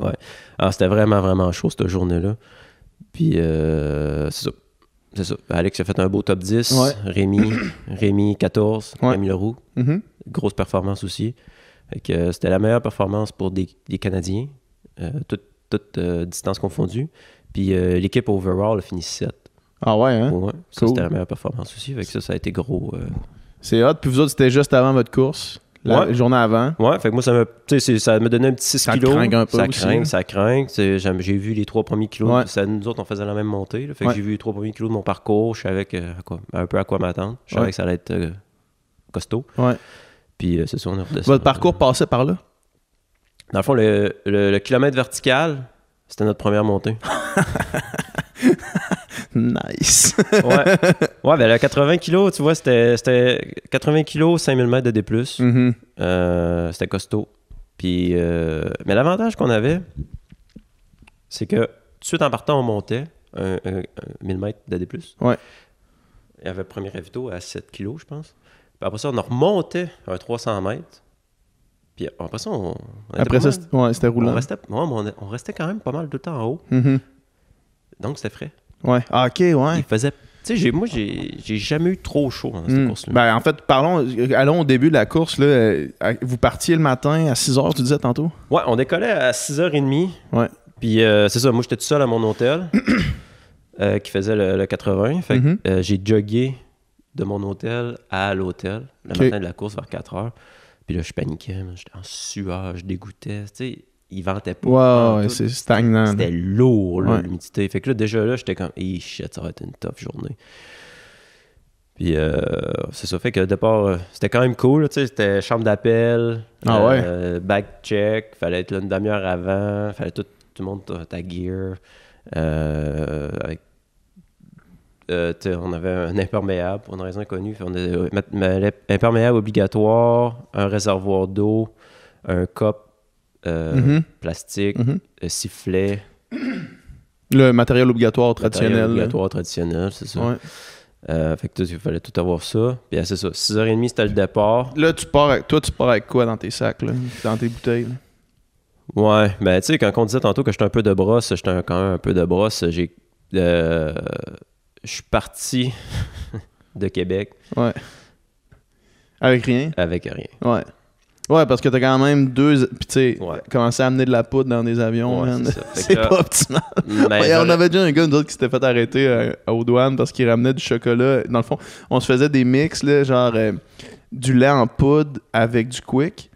S2: ouais. ouais. Alors, c'était vraiment, vraiment chaud cette journée-là. Puis, euh, c'est ça. C'est ça. Alex a fait un beau top 10.
S1: Ouais.
S2: Rémi, Rémi 14.
S1: Ouais.
S2: Rémi Leroux.
S1: Mhm.
S2: Grosse performance aussi. Fait que, euh, c'était la meilleure performance pour des, des Canadiens, euh, toutes toutes, euh, distances confondues. Puis euh, l'équipe overall a fini 7.
S1: Ah ouais, hein?
S2: Ouais. Ça,
S1: Cool.
S2: c'était la meilleure performance aussi. Fait que ça, ça a été gros. euh,
S1: C'est hot. Puis vous autres, c'était juste avant votre course, la
S2: Ouais.
S1: journée avant.
S2: Ouais, fait que moi, ça me, tu sais, c'est- ça me donnait un petit 6
S1: Ça
S2: kilos.
S1: cringue un peu
S2: ça
S1: aussi,
S2: craint,
S1: là.
S2: ça craint. J'ai j'ai vu les trois premiers kilos.
S1: Ouais.
S2: Ça, nous autres, on faisait la même montée. là. Fait que
S1: Ouais.
S2: j'ai vu les trois premiers kilos de mon parcours. Je savais que, à quoi- un peu à quoi m'attendre. Je savais
S1: Ouais.
S2: que ça allait être euh, costaud.
S1: Ouais.
S2: Puis euh, c'est ça, on est redescendu.
S1: Votre parcours passait par là?
S2: Dans le fond, le, le- le kilomètre vertical, c'était notre première montée.
S1: Nice.
S2: Ouais, ouais ben, le 80 kilos, tu vois, c'était c'était 80 kilos, 5000 mètres de D+.
S1: Mhm.
S2: Euh, c'était costaud. Puis, euh, mais l'avantage qu'on avait, c'est que tout de suite en partant, on montait un, un- un 1000 mètres d'AD+.
S1: Ouais.
S2: Il y avait le premier ravito à 7 kilos, je pense. Puis après ça, on remontait un 300 mètres. Puis après ça, on, on était
S1: Après ça,
S2: pas mal-
S1: c'était ouais, c'était
S2: on
S1: roulant.
S2: restait, ouais, mais on, on restait quand même pas mal de temps en haut.
S1: Mhm.
S2: Donc, c'était frais.
S1: Ouais. Ah, ok, ouais.
S2: Il faisait... Tu sais, j'ai- moi, j'ai j'ai jamais eu trop chaud dans cette
S1: Mm.
S2: course-là.
S1: Ben, en fait, parlons, allons au début de la course. Là, Euh, vous partiez le matin à 6 h, tu disais tantôt?
S2: Ouais, on décollait à 6h30.
S1: Ouais.
S2: Puis euh, c'est ça, moi j'étais tout seul à mon hôtel euh, qui faisait le, le 80. Fait que,
S1: Mhm.
S2: euh, j'ai jogué de mon hôtel à l'hôtel le
S1: Ok.
S2: matin de la course vers 4h. Puis là, je paniquais, man, j'étais en sueur, je dégoûtais. Tu sais, il ventait pas.
S1: Wow,
S2: Tout.
S1: ouais, c'est stagnant.
S2: C'était lourd, là,
S1: Ouais.
S2: l'humidité. Fait que là, déjà là, j'étais comme, hey shit, ça va être une tough journée. Puis euh, c'est ça, fait que au départ, euh, c'était quand même cool, là, tu sais, c'était chambre d'appel,
S1: Ah
S2: euh, back check, fallait être là une demi-heure avant, fallait tout, tout le monde ta, ta gear. euh, avec- euh, tu sais, on avait un imperméable pour une raison inconnue. fait on avait- euh, mat- ma- l'im- imperméable obligatoire, un réservoir d'eau, un cop euh,
S1: Mhm.
S2: plastique,
S1: Mhm.
S2: euh, sifflet,
S1: Le matériel obligatoire
S2: matériel
S1: traditionnel. là.
S2: obligatoire traditionnel, c'est ça.
S1: Ouais.
S2: Euh, fait que tout- il fallait tout avoir ça. Puis ah, c'est ça, 6h30 c'était le départ.
S1: Là, tu pars avec, toi, tu pars avec quoi dans tes sacs, là? dans tes bouteilles? là?
S2: Ouais, ben tu sais, quand on disait tantôt que j'étais un peu de brosse, j'étais un- quand même un peu de brosse. J'ai. euh, Je suis parti de Québec
S1: Ouais. Avec rien?
S2: avec rien.
S1: Ouais. Ouais, parce que t'as quand même deux. Puis tu sais,
S2: Ouais.
S1: commencer à amener de la poudre dans des avions,
S2: Ouais,
S1: man.
S2: c'est ça. Fait
S1: c'est
S2: que là-
S1: pas optimal.
S2: Ben,
S1: Ouais, on
S2: j'aurais-
S1: avait déjà un gars, nous autres, qui s'était fait arrêter euh, aux douanes parce qu'il ramenait du chocolat. Dans le fond, on se faisait des mix, là, genre euh, du lait en poudre avec du quick.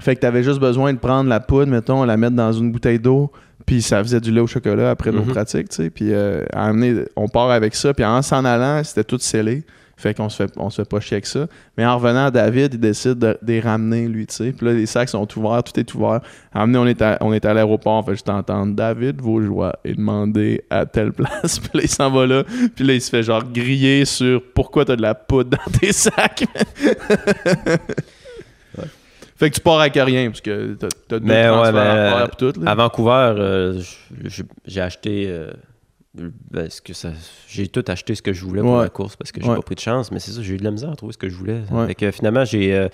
S1: Fait que t'avais juste besoin de prendre la poudre, mettons, la mettre dans une bouteille d'eau, puis ça faisait du lait au chocolat après nos
S2: Mhm.
S1: pratiques, tu sais. Puis euh, à amener, on part avec ça, puis en s'en allant, c'était tout scellé. Fait qu'on se fait, on se fait pas chier avec ça. Mais en revenant, David, il décide de, de les ramener, lui, tu sais. Puis là, les sacs sont ouverts, tout est ouvert. Amené, on est à, on est à l'aéroport, fait que je t'entends David Vaujoie et demander à telle place, puis là, il s'en va là, puis là, il se fait genre griller sur pourquoi t'as de la poudre dans tes sacs. Fait que tu pars avec rien, parce que t'as, t'as deux
S2: Mais ouais,
S1: transferts
S2: mais,
S1: à
S2: euh,
S1: faire, puis tout, là.
S2: À Vancouver, euh, j- j- j'ai acheté. euh, ben, ce que ça, j'ai tout acheté ce que je voulais pour
S1: Ouais.
S2: la course parce que j'ai
S1: Ouais.
S2: pas pris de chance, mais c'est ça, j'ai eu de la misère à trouver ce que je voulais.
S1: Ouais.
S2: Fait que finalement, j'ai. euh,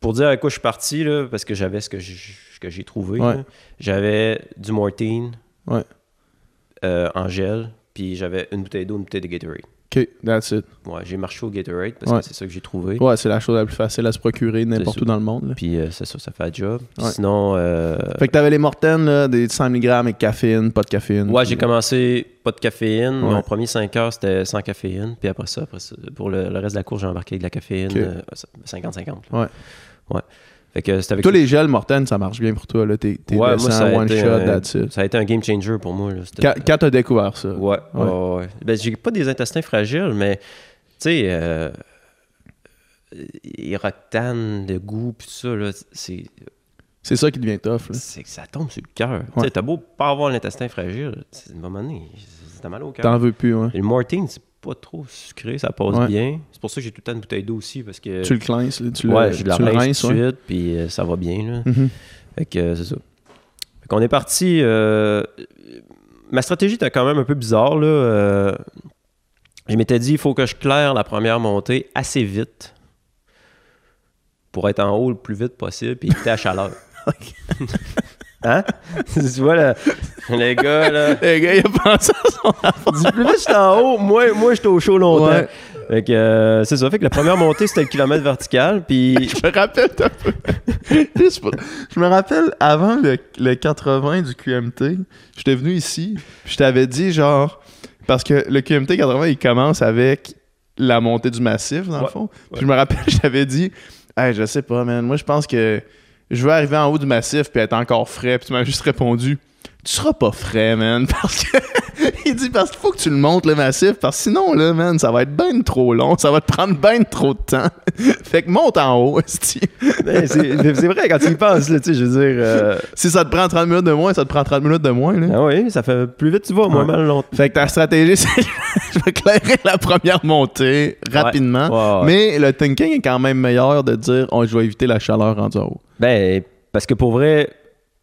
S2: pour dire à quoi je suis parti, là, parce que j'avais ce que j'ai, ce que j'ai trouvé,
S1: Ouais.
S2: là, j'avais du Mortine
S1: Ouais.
S2: euh, en gel, puis j'avais une bouteille d'eau, une bouteille de Gatorade.
S1: OK, that's it.
S2: Ouais, j'ai marché au Gatorade parce
S1: Ouais.
S2: que c'est ça que j'ai trouvé.
S1: Ouais, c'est la chose la plus facile à se procurer n'importe
S2: C'est
S1: où dans le monde, là.
S2: Puis euh, c'est ça, ça fait un job. Puis
S1: Ouais.
S2: Sinon. euh,
S1: Fait que t'avais les Morten, là, des 100 mg avec caféine, pas de caféine.
S2: Ouais, j'ai commencé pas de caféine.
S1: Mhm. Ouais.
S2: Mon premier 5 heures, c'était sans caféine. Puis après ça, après ça, pour le, le reste de la course, j'ai embarqué avec de la caféine
S1: Ok.
S2: euh, 50-50. là.
S1: Ouais.
S2: Ouais. Fait que c'était avec
S1: Tous les gels Morten, ça marche bien pour toi, là. T'es, t'es
S2: Ouais, moi,
S1: descend,
S2: ça a
S1: one
S2: été
S1: shot,
S2: un-
S1: that's it.
S2: Ça a été un game changer pour moi. là. C'était- euh,
S1: Quand, quand t'as découvert ça.
S2: Ouais,
S1: Ouais.
S2: ouais, ouais, ouais. Ben, j'ai pas des intestins fragiles, mais tu sais, euh, iroctane, le goût, puis tout ça, là, c'est.
S1: C'est ça qui devient tough. Là.
S2: c'est que ça tombe sur le cœur.
S1: Ouais.
S2: Tu sais, T'as beau pas avoir l'intestin fragile, c'est à un moment donné, t'as mal au cœur.
S1: T'en veux plus, hein. ouais.
S2: Et Le Martin, c'est pas trop sucré, ça passe
S1: Ouais.
S2: bien. C'est pour ça que j'ai tout le temps une bouteille d'eau aussi, parce que
S1: Tu le cleanses, là, tu le,
S2: ouais, je la
S1: tu le
S2: rince tout de
S1: ouais.
S2: suite, puis euh, ça va bien. Là.
S1: Mhm.
S2: Fait que euh, c'est ça. Fait qu'on est parti. euh, ma stratégie était quand même un peu bizarre. Là, euh, je m'étais dit, il faut que je claire la première montée assez vite pour être en haut le plus vite possible, puis éviter la chaleur. hein? tu vois, le, le gars, là...
S1: Le gars, il a pensé à son
S2: Du plus vite je suis en haut, moi, moi j'étais au chaud longtemps.
S1: Ouais.
S2: Fait que euh, c'est ça. Fait que la première montée, c'était le kilomètre vertical. Puis
S1: Je me rappelle t'as peu. Juste pour- Je me rappelle avant le, le 80 du QMT, j'étais venu ici, puis je t'avais dit genre parce que le QMT 80 il commence avec la montée du massif dans le
S2: Ouais,
S1: fond. Puis
S2: ouais.
S1: je me rappelle, je t'avais dit "Hey, je sais pas man, moi je pense que je veux arriver en haut du massif puis être encore frais." Puis tu m'as juste répondu "Tu seras pas frais man parce que il dit parce qu'il faut que tu le montes le massif parce que sinon là man ça va être ben trop long, ça va te prendre ben trop de temps. fait que monte en haut. esti.
S2: Ben, c'est mais c'est vrai quand tu y penses, là, tu sais, je veux dire. euh,
S1: si ça te prend 30 minutes de moins, ça te prend 30 minutes de moins là.
S2: Ah oui, ça fait plus vite tu vas, moins
S1: Ouais.
S2: mal longtemps.
S1: Fait que ta stratégie c'est je vais clairer la première montée rapidement.
S2: Ouais, ouais.
S1: Mais le thinking est quand même meilleur de dire oh, je vais éviter la chaleur rendue en haut.
S2: Ben, parce que pour vrai,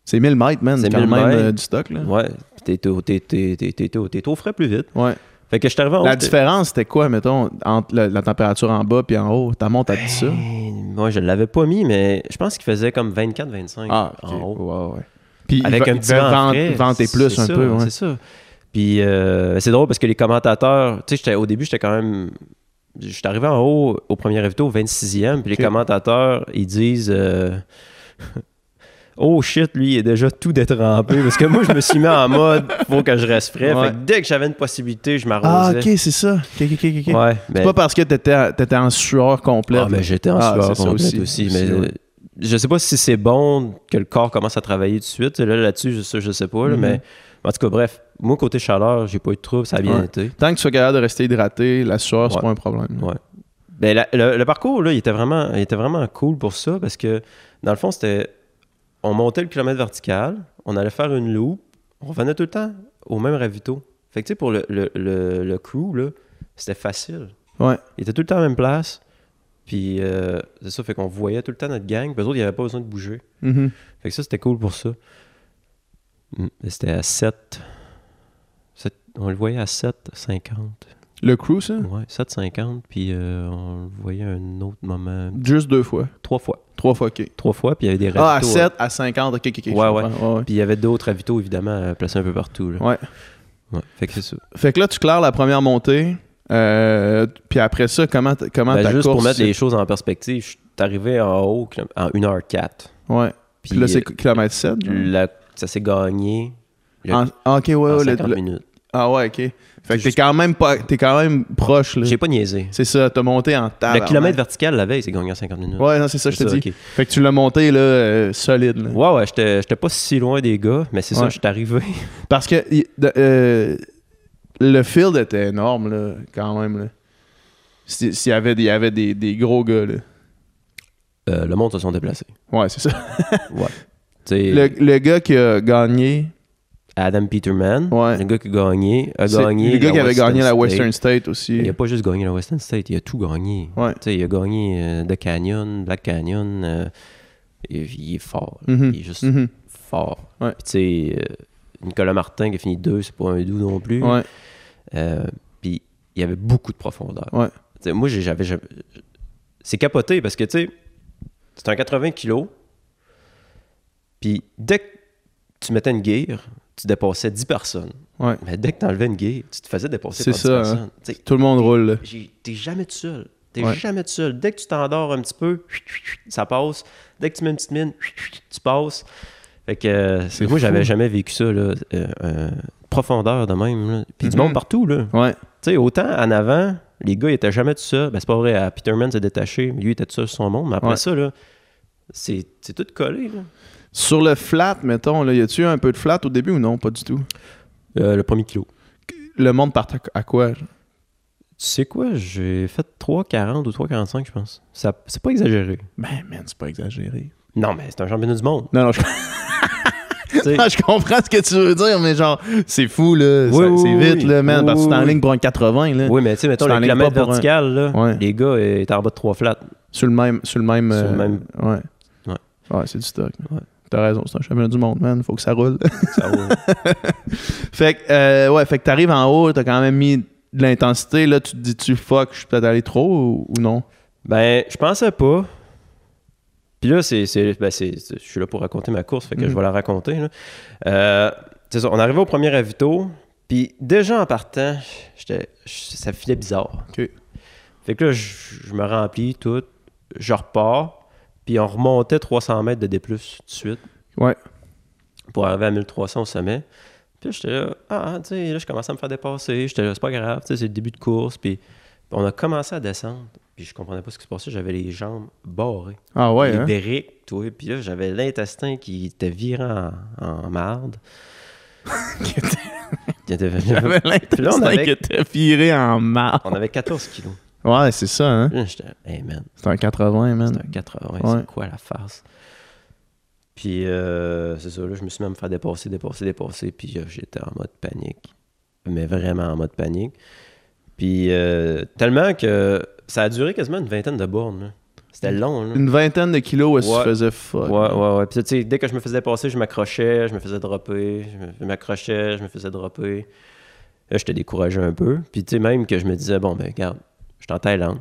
S1: C'est 1000 mètres, man.
S2: C'est
S1: C'est quand
S2: 1000
S1: même
S2: mètres.
S1: euh, du stock, là.
S2: ouais, t'es t'es- t'es- t'es- t'es- t'es- t'es- t'es au frais plus vite.
S1: Ouais.
S2: Fait que je suis arrivé
S1: La
S2: en haut, j'étais-
S1: différence, c'était quoi, mettons, entre la, la température en bas puis en haut? Ta monte à 10 ça?
S2: Ben, Moi, je l'avais pas mis, mais je pense qu'il faisait comme 24-25
S1: Ah,
S2: en haut.
S1: ouais, ouais. Puis
S2: Avec
S1: il,
S2: un
S1: va-
S2: petit
S1: il
S2: vent
S1: va
S2: frais,
S1: vent- vanter
S2: c'est-
S1: plus
S2: c'est
S1: un
S2: ça, hein,
S1: peu, ouais.
S2: C'est ça. Puis euh, c'est drôle parce que les commentateurs, tu sais, j'étais- au début, j'étais quand même. J'étais arrivé en haut au premier évito, au 26e, puis
S1: Ok.
S2: les commentateurs, ils disent. euh, Oh shit, lui, il est déjà tout détrempé. Parce que moi, je me suis mis en mode, faut que je reste frais.
S1: Ouais.
S2: Fait que dès que j'avais une possibilité, je m'arrosais.
S1: Ah, ok, c'est ça. Ok, ok, ok, ok.
S2: Ouais, ben, mais-
S1: C'est pas parce que t'étais, t'étais en sueur complète.
S2: ah, mais j'étais en
S1: Ah,
S2: sueur
S1: c'est ça
S2: complète
S1: aussi.
S2: aussi. mais
S1: Aussi, ouais.
S2: euh, je sais pas si c'est bon que le corps commence à travailler tout de suite. Là, là-dessus, je, ça, je sais pas. là,
S1: Mhm.
S2: Mais en tout cas, bref, moi, côté chaleur, j'ai pas eu de trouble. Ça a bien
S1: Ouais.
S2: été.
S1: Tant que tu sois capable de rester hydraté, la sueur, c'est
S2: Ouais.
S1: pas un problème.
S2: Ouais. Ben, la- le, le parcours, là, il était, vraiment, il était vraiment cool pour ça parce que, dans le fond, c'était. On montait le kilomètre vertical, on allait faire une loupe, on revenait tout le temps au même ravito. Fait que, tu sais, pour le, le, le- le crew, là, c'était facile.
S1: Ouais.
S2: Il était tout le temps à la même place. Puis, euh, c'est ça, fait qu'on voyait tout le temps notre gang. Puis, eux autres, ils n'avaient pas besoin de bouger.
S1: Mhm.
S2: Fait que ça, c'était cool pour ça. Mm, C'était à 7. On le voyait à 7,50.
S1: Le crew, ça?
S2: Ouais, 7,50, puis euh, on le voyait à un autre moment.
S1: Juste deux fois.
S2: Trois fois.
S1: Trois fois, ok.
S2: Trois fois, puis il y avait des ravitaux.
S1: Ah, à
S2: hein.
S1: 7, à 50, ok, ok, ok. je
S2: Ouais,
S1: comprends. ouais.
S2: Puis il y avait d'autres ravitaux, évidemment, euh, placés un peu partout. Là.
S1: Ouais.
S2: Ouais, Fait que c'est ça.
S1: Fait que là, tu claires la première montée. euh, puis après ça, comment, t- comment
S2: Ben,
S1: ta
S2: juste
S1: course...
S2: pour mettre les choses en perspective, je suis arrivé en haut cl- en 1h04.
S1: Ouais.
S2: Puis,
S1: Puis là, c'est kilomètre 7.
S2: euh, la- ça s'est gagné le-
S1: En- ah, ok, ouais,
S2: en
S1: ouais. le-
S2: 50
S1: le-
S2: minutes.
S1: ah, ouais, ok. Fait que t'es
S2: Juste-
S1: quand même pas, t'es quand même proche, là.
S2: J'ai pas niaisé.
S1: C'est ça, t'as monté en table.
S2: le kilomètre vertical, la veille, c'est gagné en 50 minutes.
S1: Ouais, non, c'est ça, je te
S2: C'est
S1: dis.
S2: ok.
S1: Fait que tu l'as monté, là, euh, solide, là.
S2: Ouais, ouais, j'étais j'étais pas si loin des gars, mais c'est
S1: Ouais.
S2: ça, je suis arrivé.
S1: Parce que y- de- euh, le field était énorme, là, quand même, là. Si- S'il y avait, des, il y avait des, des gros gars, là.
S2: Euh, le monde se sont déplacés.
S1: Ouais, c'est ça.
S2: Ouais. T'sais,
S1: Le, le gars qui a gagné,
S2: Adam Peterman,
S1: Ouais.
S2: le gars qui a gagné, a
S1: c'est
S2: gagné
S1: le gars qui avait
S2: Western
S1: gagné la
S2: State.
S1: Western State aussi.
S2: Il a pas juste gagné la Western State, il a tout gagné.
S1: Ouais.
S2: Tu sais, il a gagné euh, The Canyon, Black Canyon. euh, il, il est fort. là.
S1: Mhm.
S2: Il est juste
S1: Mhm.
S2: fort.
S1: Ouais.
S2: Puis tu sais, euh, Nicolas Martin qui a fini deux, c'est pas un doux non plus.
S1: Ouais.
S2: Euh, puis il y avait beaucoup de profondeur.
S1: Ouais.
S2: Tu sais, moi, j'ai- j'avais. j'avais- C'est capoté parce que, tu sais, c'est un 80 kilos. Puis dès que tu mettais une guire, tu dépassais 10 personnes.
S1: Ouais.
S2: Mais dès que tu enlevais une guire, tu te faisais dépasser
S1: C'est
S2: par 10
S1: ça, hein.
S2: personnes. Tu sais,
S1: Tout le monde roule, là.
S2: j'ai- T'es jamais tout seul. T'es
S1: Ouais.
S2: jamais tout seul. Dès que tu t'endors un petit peu, ça passe. Dès que tu mets une petite mine, tu passes. Fait que euh,
S1: C'est
S2: moi, j'avais
S1: fou.
S2: jamais vécu ça, là. euh, euh, profondeur de même. là. Puis du
S1: Mhm.
S2: monde partout, là.
S1: Ouais.
S2: Tu sais, autant en avant, les gars, ils étaient jamais tout seuls. Ben, c'est pas vrai, à Peterman, c'est détaché. mais Lui, il était tout seul sur son monde. Mais après
S1: Ouais.
S2: ça, là, c'est c'est tout collé. là.
S1: Sur le flat, mettons, là, y a-tu eu un peu de flat au début ou non? Pas du tout.
S2: Euh, le premier kilo.
S1: Le monde part à, à quoi? genre?
S2: Tu sais quoi, j'ai fait 3,40 ou 3,45, je pense. Ça- C'est pas exagéré.
S1: Ben, man, c'est pas exagéré.
S2: Non, mais c'est un championnat du monde.
S1: Non, non, je,
S2: Tu sais,
S1: je comprends ce que tu veux dire, mais genre, c'est fou, là.
S2: Oui,
S1: Ça-
S2: oui,
S1: c'est
S2: oui,
S1: vite,
S2: oui.
S1: là, man,
S2: Oui,
S1: parce que
S2: oui,
S1: t'es en
S2: oui.
S1: ligne pour un 80, là.
S2: oui, mais tu sais, mettons,
S1: Tu
S2: le
S1: t'enlignes pas
S2: kilomètre
S1: pour un-
S2: vertical, là,
S1: Ouais.
S2: les gars euh, étaient en bas de 3 flats.
S1: Sur le même. Sur le même.
S2: Sur le
S1: euh,
S2: même-
S1: Ouais.
S2: Ouais.
S1: Ouais, c'est du stock.
S2: Ouais.
S1: T'as raison, c'est un championnat du monde, man. Faut que ça roule.
S2: Ça roule.
S1: fait que, euh, ouais, fait que t'arrives en haut, t'as quand même mis de l'intensité. Là, tu te dis-tu, fuck, je suis peut-être allé trop ou, ou non?
S2: ben, je pensais pas. Puis là, c'est, c'est- ben, c'est- c'est- je suis là pour raconter ma course, fait que
S1: Mhm.
S2: je vais la raconter. là. Euh, c'est ça, on arrivait au premier avito, puis déjà en partant, j'étais, j- ça filait bizarre.
S1: Ok.
S2: Fait que là, je, je me remplis tout, je repars, puis on remontait 300 mètres de D+, tout de suite.
S1: Ouais.
S2: pour arriver à 1300 au sommet. Puis là, j'étais là, ah, tu sais, là, je commençais à me faire dépasser. J'étais là, c'est pas grave, tu sais, c'est le début de course. Puis on a commencé à descendre. Puis je comprenais pas ce qui se passait. J'avais les jambes barrées.
S1: Ah ouais,
S2: les
S1: hein?
S2: briques, tout. Puis là, j'avais l'intestin qui était virant en, en marde. Il y
S1: J'avais
S2: avait- Puis là, on
S1: l'impression
S2: avait-
S1: que t'es viré en marre.
S2: on avait 14 kilos.
S1: Ouais, c'est ça, hein?
S2: Là, J'étais, hey man,
S1: C'est un 80, man.
S2: c'est un 80,
S1: Ouais.
S2: c'est quoi la farce? Puis euh, c'est ça, là, je me suis même fait dépasser, dépasser, dépasser, puis euh, j'étais en mode panique. Mais vraiment en mode panique. Puis euh, tellement que ça a duré quasiment une vingtaine de bornes. là. C'était
S1: Mm.
S2: long, là.
S1: Une vingtaine de kilos, où est-ce que tu
S2: Ouais.
S1: faisais fuck?
S2: Ouais, ouais, ouais. Puis, tu sais, dès que je me faisais passer, je m'accrochais, je me faisais dropper, je me- je m'accrochais, je me faisais dropper. Là, j'étais découragé un peu. Puis, tu sais, même que je me disais, bon, ben, regarde, je suis en Thaïlande.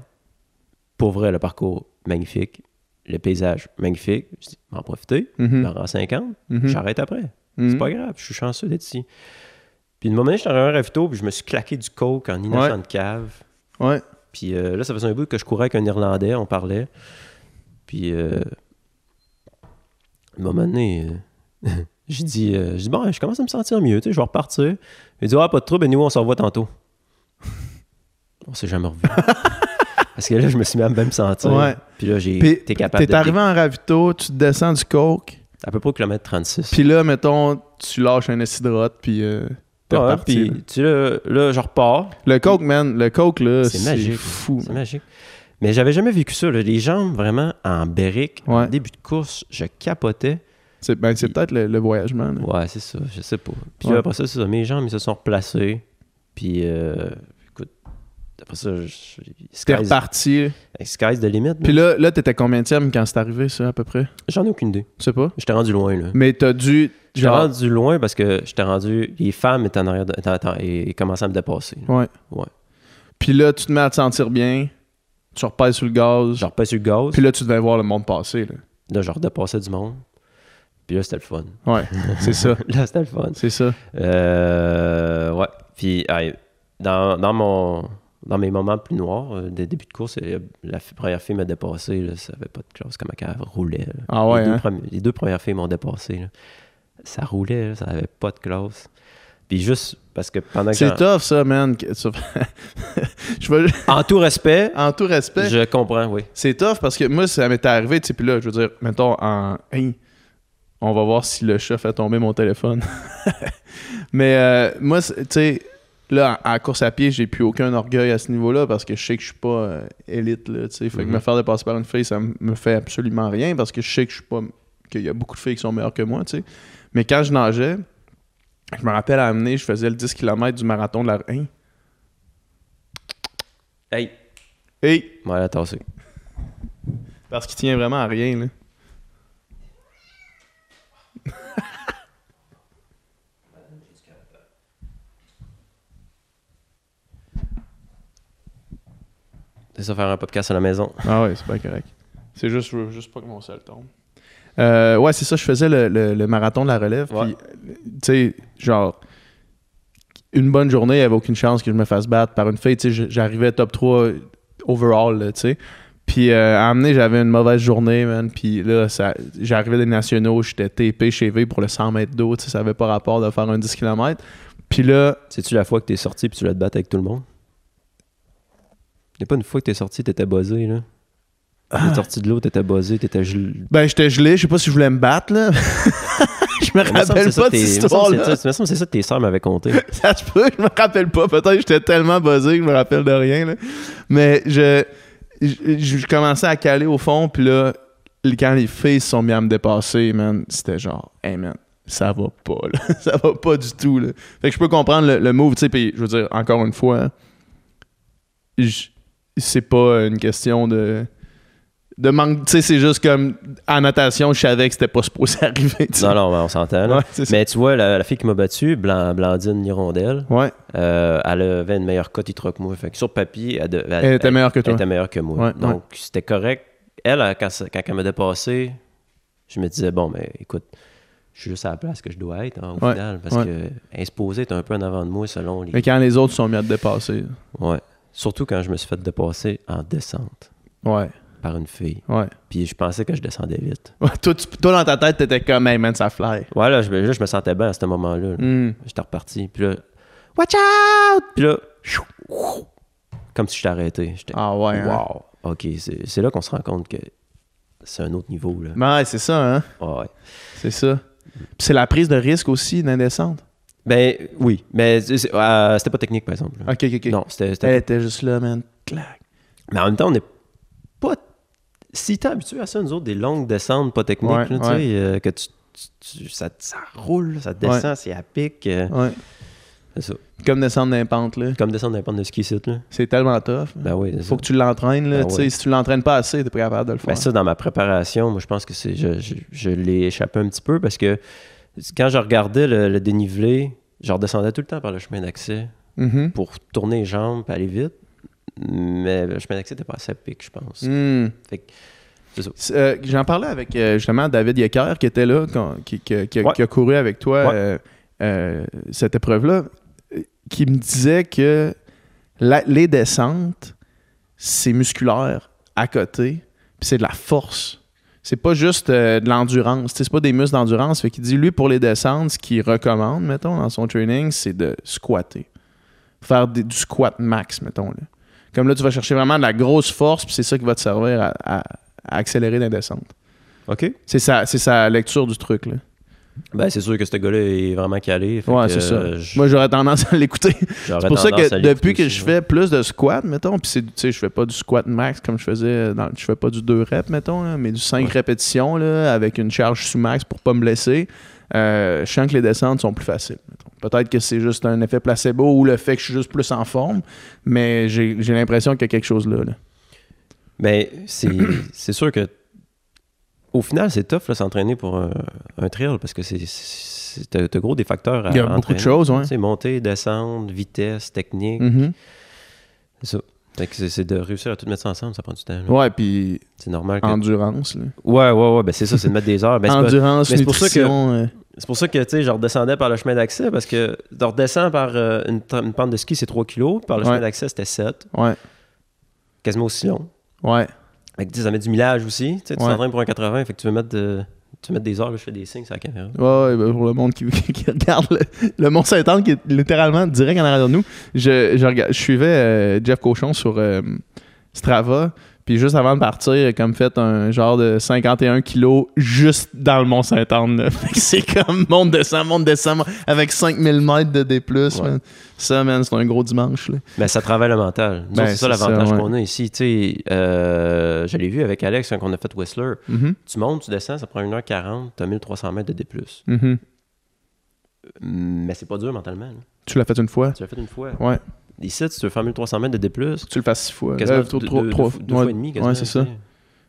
S2: Pour vrai, le parcours magnifique, le paysage magnifique. Je dis, m'en profiter,
S1: Mhm.
S2: je me rends 50,
S1: Mhm.
S2: j'arrête après.
S1: Mhm.
S2: C'est pas grave, je suis chanceux d'être ici. Puis, le moment où j'étais arrivé à un ravito, puis je me suis claqué du coke en innocent
S1: Ouais.
S2: de cave.
S1: Ouais.
S2: Puis euh, là, ça faisait un bout que je courais avec un Irlandais, on parlait. Puis, euh, à un moment donné, euh, j'ai dit, euh, j'ai dit, bon, je commence à me sentir mieux, tu sais, je vais repartir. Il dit, ah, pas de trouble, nous, on se revoit tantôt. on s'est jamais revu. Parce que là, je me suis mis à me même sentir.
S1: Ouais.
S2: Puis là, j'ai
S1: Puis,
S2: été capable
S1: t'es
S2: de.
S1: arrivé en ravito, tu te descends du coke,
S2: À peu près au kilomètre 36.
S1: puis là, mettons, tu lâches un acide rot, puis euh, t'es
S2: Ah Ouais,
S1: reparti,
S2: puis,
S1: là.
S2: tu sais, là, là, je repars.
S1: Le coke, man, le coke, là,
S2: C'est
S1: c'est
S2: magique.
S1: fou.
S2: C'est
S1: man.
S2: magique. Mais j'avais jamais vécu ça. là. Les jambes vraiment en bérique.
S1: Ouais.
S2: En début de course, je capotais.
S1: C'est ben, c'est peut-être le, le voyagement. là.
S2: Ouais, c'est ça, je sais pas. Puis
S1: Ouais.
S2: là, après ça, c'est ça. Mes jambes, ils se sont replacés. Puis, euh, écoute, après ça, je-
S1: T'es
S2: sky's,
S1: reparti.
S2: sky's the limit.
S1: Puis
S2: là.
S1: là, là t'étais combien de quand c'est arrivé, ça, à peu près?
S2: J'en ai aucune idée.
S1: Je sais pas.
S2: J'étais rendu loin, là.
S1: Mais t'as dû.
S2: J'étais
S1: Genre.
S2: rendu loin parce que j'étais rendu. Les femmes étaient en arrière. de- étaient- étaient- et, et commençaient à me dépasser. là.
S1: Ouais.
S2: Ouais.
S1: Puis là, tu te mets à te sentir bien, tu repasses sur le gaz,
S2: Je repassais sur le gaz.
S1: puis là, tu devais voir le monde passer. Là.
S2: Là, je redépassais du monde. Puis là, c'était le fun.
S1: Ouais, c'est ça.
S2: Là, c'était le fun.
S1: C'est ça.
S2: Euh, ouais. Puis, hey, dans, dans mon. Dans mes moments plus noirs, euh, des débuts de course, euh, la fi- première fille m'a dépassé. Là, ça avait pas de classe comme ma cave roulait. là.
S1: Ah ouais,
S2: les, deux
S1: hein?
S2: premi- les deux premières filles m'ont dépassé. là. Ça roulait, là, ça avait pas de classe. Puis juste parce que pendant que.
S1: C'est
S2: j'en-
S1: tough, ça, man. que- ça- je veux-
S2: En tout respect,
S1: En tout respect,
S2: je comprends, oui.
S1: c'est tough parce que moi, ça m'était arrivé, tu sais, puis là, je veux dire, mettons, en. hey, on va voir si le chat fait tomber mon téléphone. Mais euh, moi, c'est- tu sais, là, en, en course à pied, j'ai plus aucun orgueil à ce niveau-là parce que je sais que je suis pas euh, élite, là, tu sais. Fait que
S2: Mhm.
S1: me faire dépasser par une fille, ça m- me fait absolument rien parce que je sais que je suis pas. qu'il y a beaucoup de filles qui sont meilleures que moi, tu sais. Mais quand je nageais, je me rappelle à amener, je faisais le 10 km du marathon de la. Hein?
S2: Hey,
S1: Hey!
S2: moi, la tasser.
S1: Parce qu'il tient vraiment à rien, là.
S2: C'est ça, faire un podcast à la maison.
S1: Ah ouais, c'est pas correct. C'est juste, je veux juste pas que mon sel tombe. Euh, ouais, c'est ça, je faisais le, le- le marathon de la relève.
S2: Ouais.
S1: Puis, euh, tu sais, genre, une bonne journée, il n'y avait aucune chance que je me fasse battre par une fille. Tu sais, j- j'arrivais top 3 overall, là, tu sais. Puis, euh, à amener, j'avais une mauvaise journée, man. Puis là, ça- j'arrivais des nationaux, j'étais TP chez V pour le 100 mètres d'eau, tu sais, ça avait pas rapport de faire un 10 km. Puis là,
S2: C'est-tu la fois que t'es sorti puis tu l'as te battre avec tout le monde? Il a pas une fois que t'es sorti, t'étais buzzé, là.
S1: Ah.
S2: T'es sorti de l'eau, t'étais buzzé, t'étais gelé.
S1: ben, j'étais gelé, je sais pas si je voulais me battre, là. je me
S2: Il me semble que
S1: rappelle
S2: c'est ça
S1: pas
S2: que
S1: de
S2: t'es-
S1: cette
S2: il me semble que
S1: histoire-là.
S2: c'est ça- il me semble que c'est ça que tes sœurs m'avaient compté.
S1: Ça se peut, je me rappelle pas. Peut-être que j'étais tellement buzzé que je me rappelle de rien. là. Mais je, je, je commençais à caler au fond, puis là, quand les filles se sont mis à me dépasser, man, c'était genre, hey man, ça va pas, là. ça va pas du tout. Là. Fait que je peux comprendre le, le move, tu sais, puis je veux dire, encore une fois, je- c'est pas une question de. De manque, tu sais, c'est juste comme en natation, je savais que c'était pas supposé arriver. tu sais.
S2: Non, non, mais on s'entend. là.
S1: Ouais, c'est ça.
S2: mais tu vois, la, la fille qui m'a battu, Blan- Blandine Hirondelle,
S1: Ouais,
S2: euh, elle avait une meilleure cote titre que moi. Fait que sur papier, elle, de- elle-
S1: elle était
S2: elle-
S1: meilleure que
S2: elle
S1: toi.
S2: était meilleure que moi.
S1: Ouais,
S2: Donc, c'était correct. Elle, elle, quand, ça- quand elle m'a dépassé, je me disais, bon, mais écoute, je suis juste à la place que je dois être, hein, au
S1: Ouais,
S2: final, parce
S1: ouais.
S2: que elle est supposée être un peu en avant de moi selon les.
S1: Mais quand les autres se sont mis à te dépasser.
S2: Ouais. Surtout quand je me suis fait dépasser en descente
S1: Ouais,
S2: par une fille.
S1: ouais.
S2: Puis je pensais que je descendais vite.
S1: Ouais, toi, tu- toi, dans ta tête, t'étais comme, hey man, ça fly.
S2: Ouais, là, je, me- là, je me sentais bien à ce moment-là. là.
S1: Hmm.
S2: J'étais reparti. Puis là, watch out! Puis là, chou, chou, comme si je t'ai arrêté. J'étais,
S1: Ah ouais. hein.
S2: wow. OK, c'est c'est là qu'on se rend compte que c'est un autre niveau. Là.
S1: Mais ouais, c'est ça, hein.
S2: Ah ouais.
S1: C'est ça. Puis c'est la prise de risque aussi d'indécente.
S2: Ben oui, mais c'est- euh, c'était pas technique, par exemple. là.
S1: Ok, Euh, ok, ok.
S2: Non, c'était. c'était-
S1: Elle était juste là, man. Clac.
S2: Mais en même temps, on n'est pas si t'es habitué à ça, nous autres, des longues descentes pas techniques,
S1: Ouais,
S2: là, tu
S1: ouais.
S2: sais, euh, que tu, tu- tu- ça, ça roule, ça descend, c'est à pic. euh,
S1: Ouais.
S2: c'est ça.
S1: Comme descendre d'un pente, là.
S2: Comme descendre d'un pente de ski site, là.
S1: C'est tellement tough. man.
S2: Ben oui, c'est
S1: Faut
S2: ça.
S1: que tu l'entraînes, là.
S2: Ah ouais.
S1: tu sais, Si tu l'entraînes pas assez, t'es pas capable de le
S2: Ben
S1: faire.
S2: ça, dans ma préparation, moi, je pense que c'est, je, je- je l'ai échappé un petit peu parce que quand je regardais le, le dénivelé, je redescendais tout le temps par le chemin d'accès
S1: Mhm.
S2: pour tourner les jambes et aller vite. Mais le chemin d'accès n'était pas assez à pic, je pense.
S1: Hmm.
S2: Fait que, c'est ça.
S1: C'est, euh, J'en parlais avec euh, justement David Yecker qui était là, qu'on- qui, qui- qui a-
S2: Ouais.
S1: qui a couru avec toi
S2: Ouais.
S1: euh, euh, cette épreuve-là, euh, qui me disait que la- les descentes, c'est musculaire à côté, puis c'est de la force. C'est pas juste euh, de l'endurance, tu sais, c'est pas des muscles d'endurance. Fait qu'il dit, lui, pour les descentes, ce qu'il recommande, mettons, dans son training, c'est de squatter. Faire des- du squat max, mettons. Là. Comme là, tu vas chercher vraiment de la grosse force, puis c'est ça qui va te servir à, à- à accélérer la descente.
S2: OK.
S1: C'est sa, c'est sa lecture du truc. Là.
S2: Ben, c'est sûr que ce gars-là est vraiment calé. fait
S1: Ouais,
S2: que,
S1: c'est ça.
S2: euh, je-
S1: Moi, j'aurais tendance à l'écouter.
S2: j'aurais
S1: C'est pour ça
S2: tendance
S1: que
S2: à l'écouter
S1: depuis que
S2: aussi,
S1: je
S2: ouais.
S1: fais plus de squat, mettons, puis c'est- tu sais, je fais pas du squat max comme je faisais, dans, je fais pas du 2 reps, mettons, là, mais du 5
S2: Ouais.
S1: répétitions là, avec une charge sous max pour pas me blesser, euh, je sens que les descentes sont plus faciles. mettons. Peut-être que c'est juste un effet placebo ou le fait que je suis juste plus en forme, mais j'ai j'ai l'impression qu'il y a quelque chose là. là.
S2: Ben, c'est c'est sûr que. Au final, c'est tough là, s'entraîner pour un, un trail parce que c'est- c'est t'as- t'as gros des facteurs à
S1: Il y a beaucoup
S2: Bah, entraîner.
S1: de choses, ouais.
S2: Tu sais, montée, descente, vitesse, technique.
S1: Mhm.
S2: C'est ça. Fait que c'est- c'est de réussir à tout mettre ça ensemble, ça prend du temps. là.
S1: Ouais, puis
S2: C'est normal que.
S1: endurance. là.
S2: Ouais, ouais, ouais. Ben c'est ça, c'est de mettre des heures. Ben, c'est pas-
S1: endurance,
S2: mais c'est pour ça que-
S1: nutrition. euh,
S2: c'est pour ça que, tu sais, je redescendais par le chemin d'accès parce que de redescendre par euh, une, tra- une pente de ski, c'est 3 kilos. Par le
S1: Ouais.
S2: chemin d'accès, c'était 7.
S1: Ouais,
S2: Quasiment aussi long.
S1: ouais.
S2: Fait que, tu sais, ça met du millage aussi. Tu sais, tu
S1: Ouais.
S2: t'entraînes pour un 80, fait que tu veux mettre, de- tu veux mettre des heures. Là, je fais des signes sur la caméra.
S1: Ouais, ouais, ben, pour le monde qui, qui regarde le, le Mont Saint-Anne qui est littéralement direct en arrière de nous, je, je, regarde- je suivais euh, Jeff Cochon sur euh, Strava, puis juste avant de partir, il a comme fait un genre de 51 kilos juste dans le Mont Saint-Anne. là. Fait que C'est comme monte descend, monte descend, monte- avec 5000 mètres de D+.
S2: Ouais.
S1: man. Ça, man, c'est un gros dimanche. là.
S2: Mais ça travaille le mental. Nous
S1: Ben,
S2: autres, c'est ça
S1: c'est ça,
S2: l'avantage
S1: ouais.
S2: qu'on a ici. Tu sais, euh, je l'ai vu avec Alex quand on a fait Whistler.
S1: Mhm,
S2: Tu montes, tu descends, ça prend 1h40, tu as 1300 mètres de D.
S1: mhm.
S2: Mais c'est pas dur mentalement. là.
S1: Tu l'as fait une fois?
S2: Tu l'as fait une fois.
S1: Ouais.
S2: Ici, tu veux faire 1300 mètres de D,
S1: Faut que tu le fasses six fois.
S2: quasiment
S1: Euh, trois-
S2: deux, deux-
S1: trois-
S2: deux
S1: trois-
S2: fois- deux
S1: ouais.
S2: fois et demi. quasiment,
S1: Ouais, c'est ça.
S2: tu sais.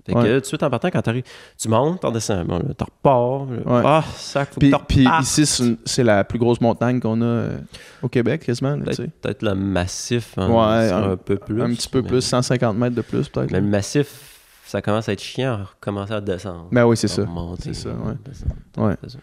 S2: Fait que
S1: Ouais.
S2: là, tout de suite en partant, quand t'arrives, tu montes, t'en descends, bon, là, t'en repars. là.
S1: Ouais.
S2: Ah, sac, faut
S1: Puis,
S2: que t'en
S1: puis
S2: repartes.
S1: ici, c'est une- c'est la plus grosse montagne qu'on a euh, au Québec, quasiment. là, tu sais.
S2: Peut-être peut-être le massif, hein,
S1: Ouais,
S2: c'est
S1: un-
S2: un, peu plus.
S1: un petit peu
S2: mais-
S1: plus, 150 mètres de plus, peut-être.
S2: Mais le massif, ça commence à être chiant à recommencer à descendre.
S1: Ben oui, c'est ça.
S2: Remonter,
S1: C'est ça, ouais.
S2: descendre.
S1: Ouais.
S2: C'est ça.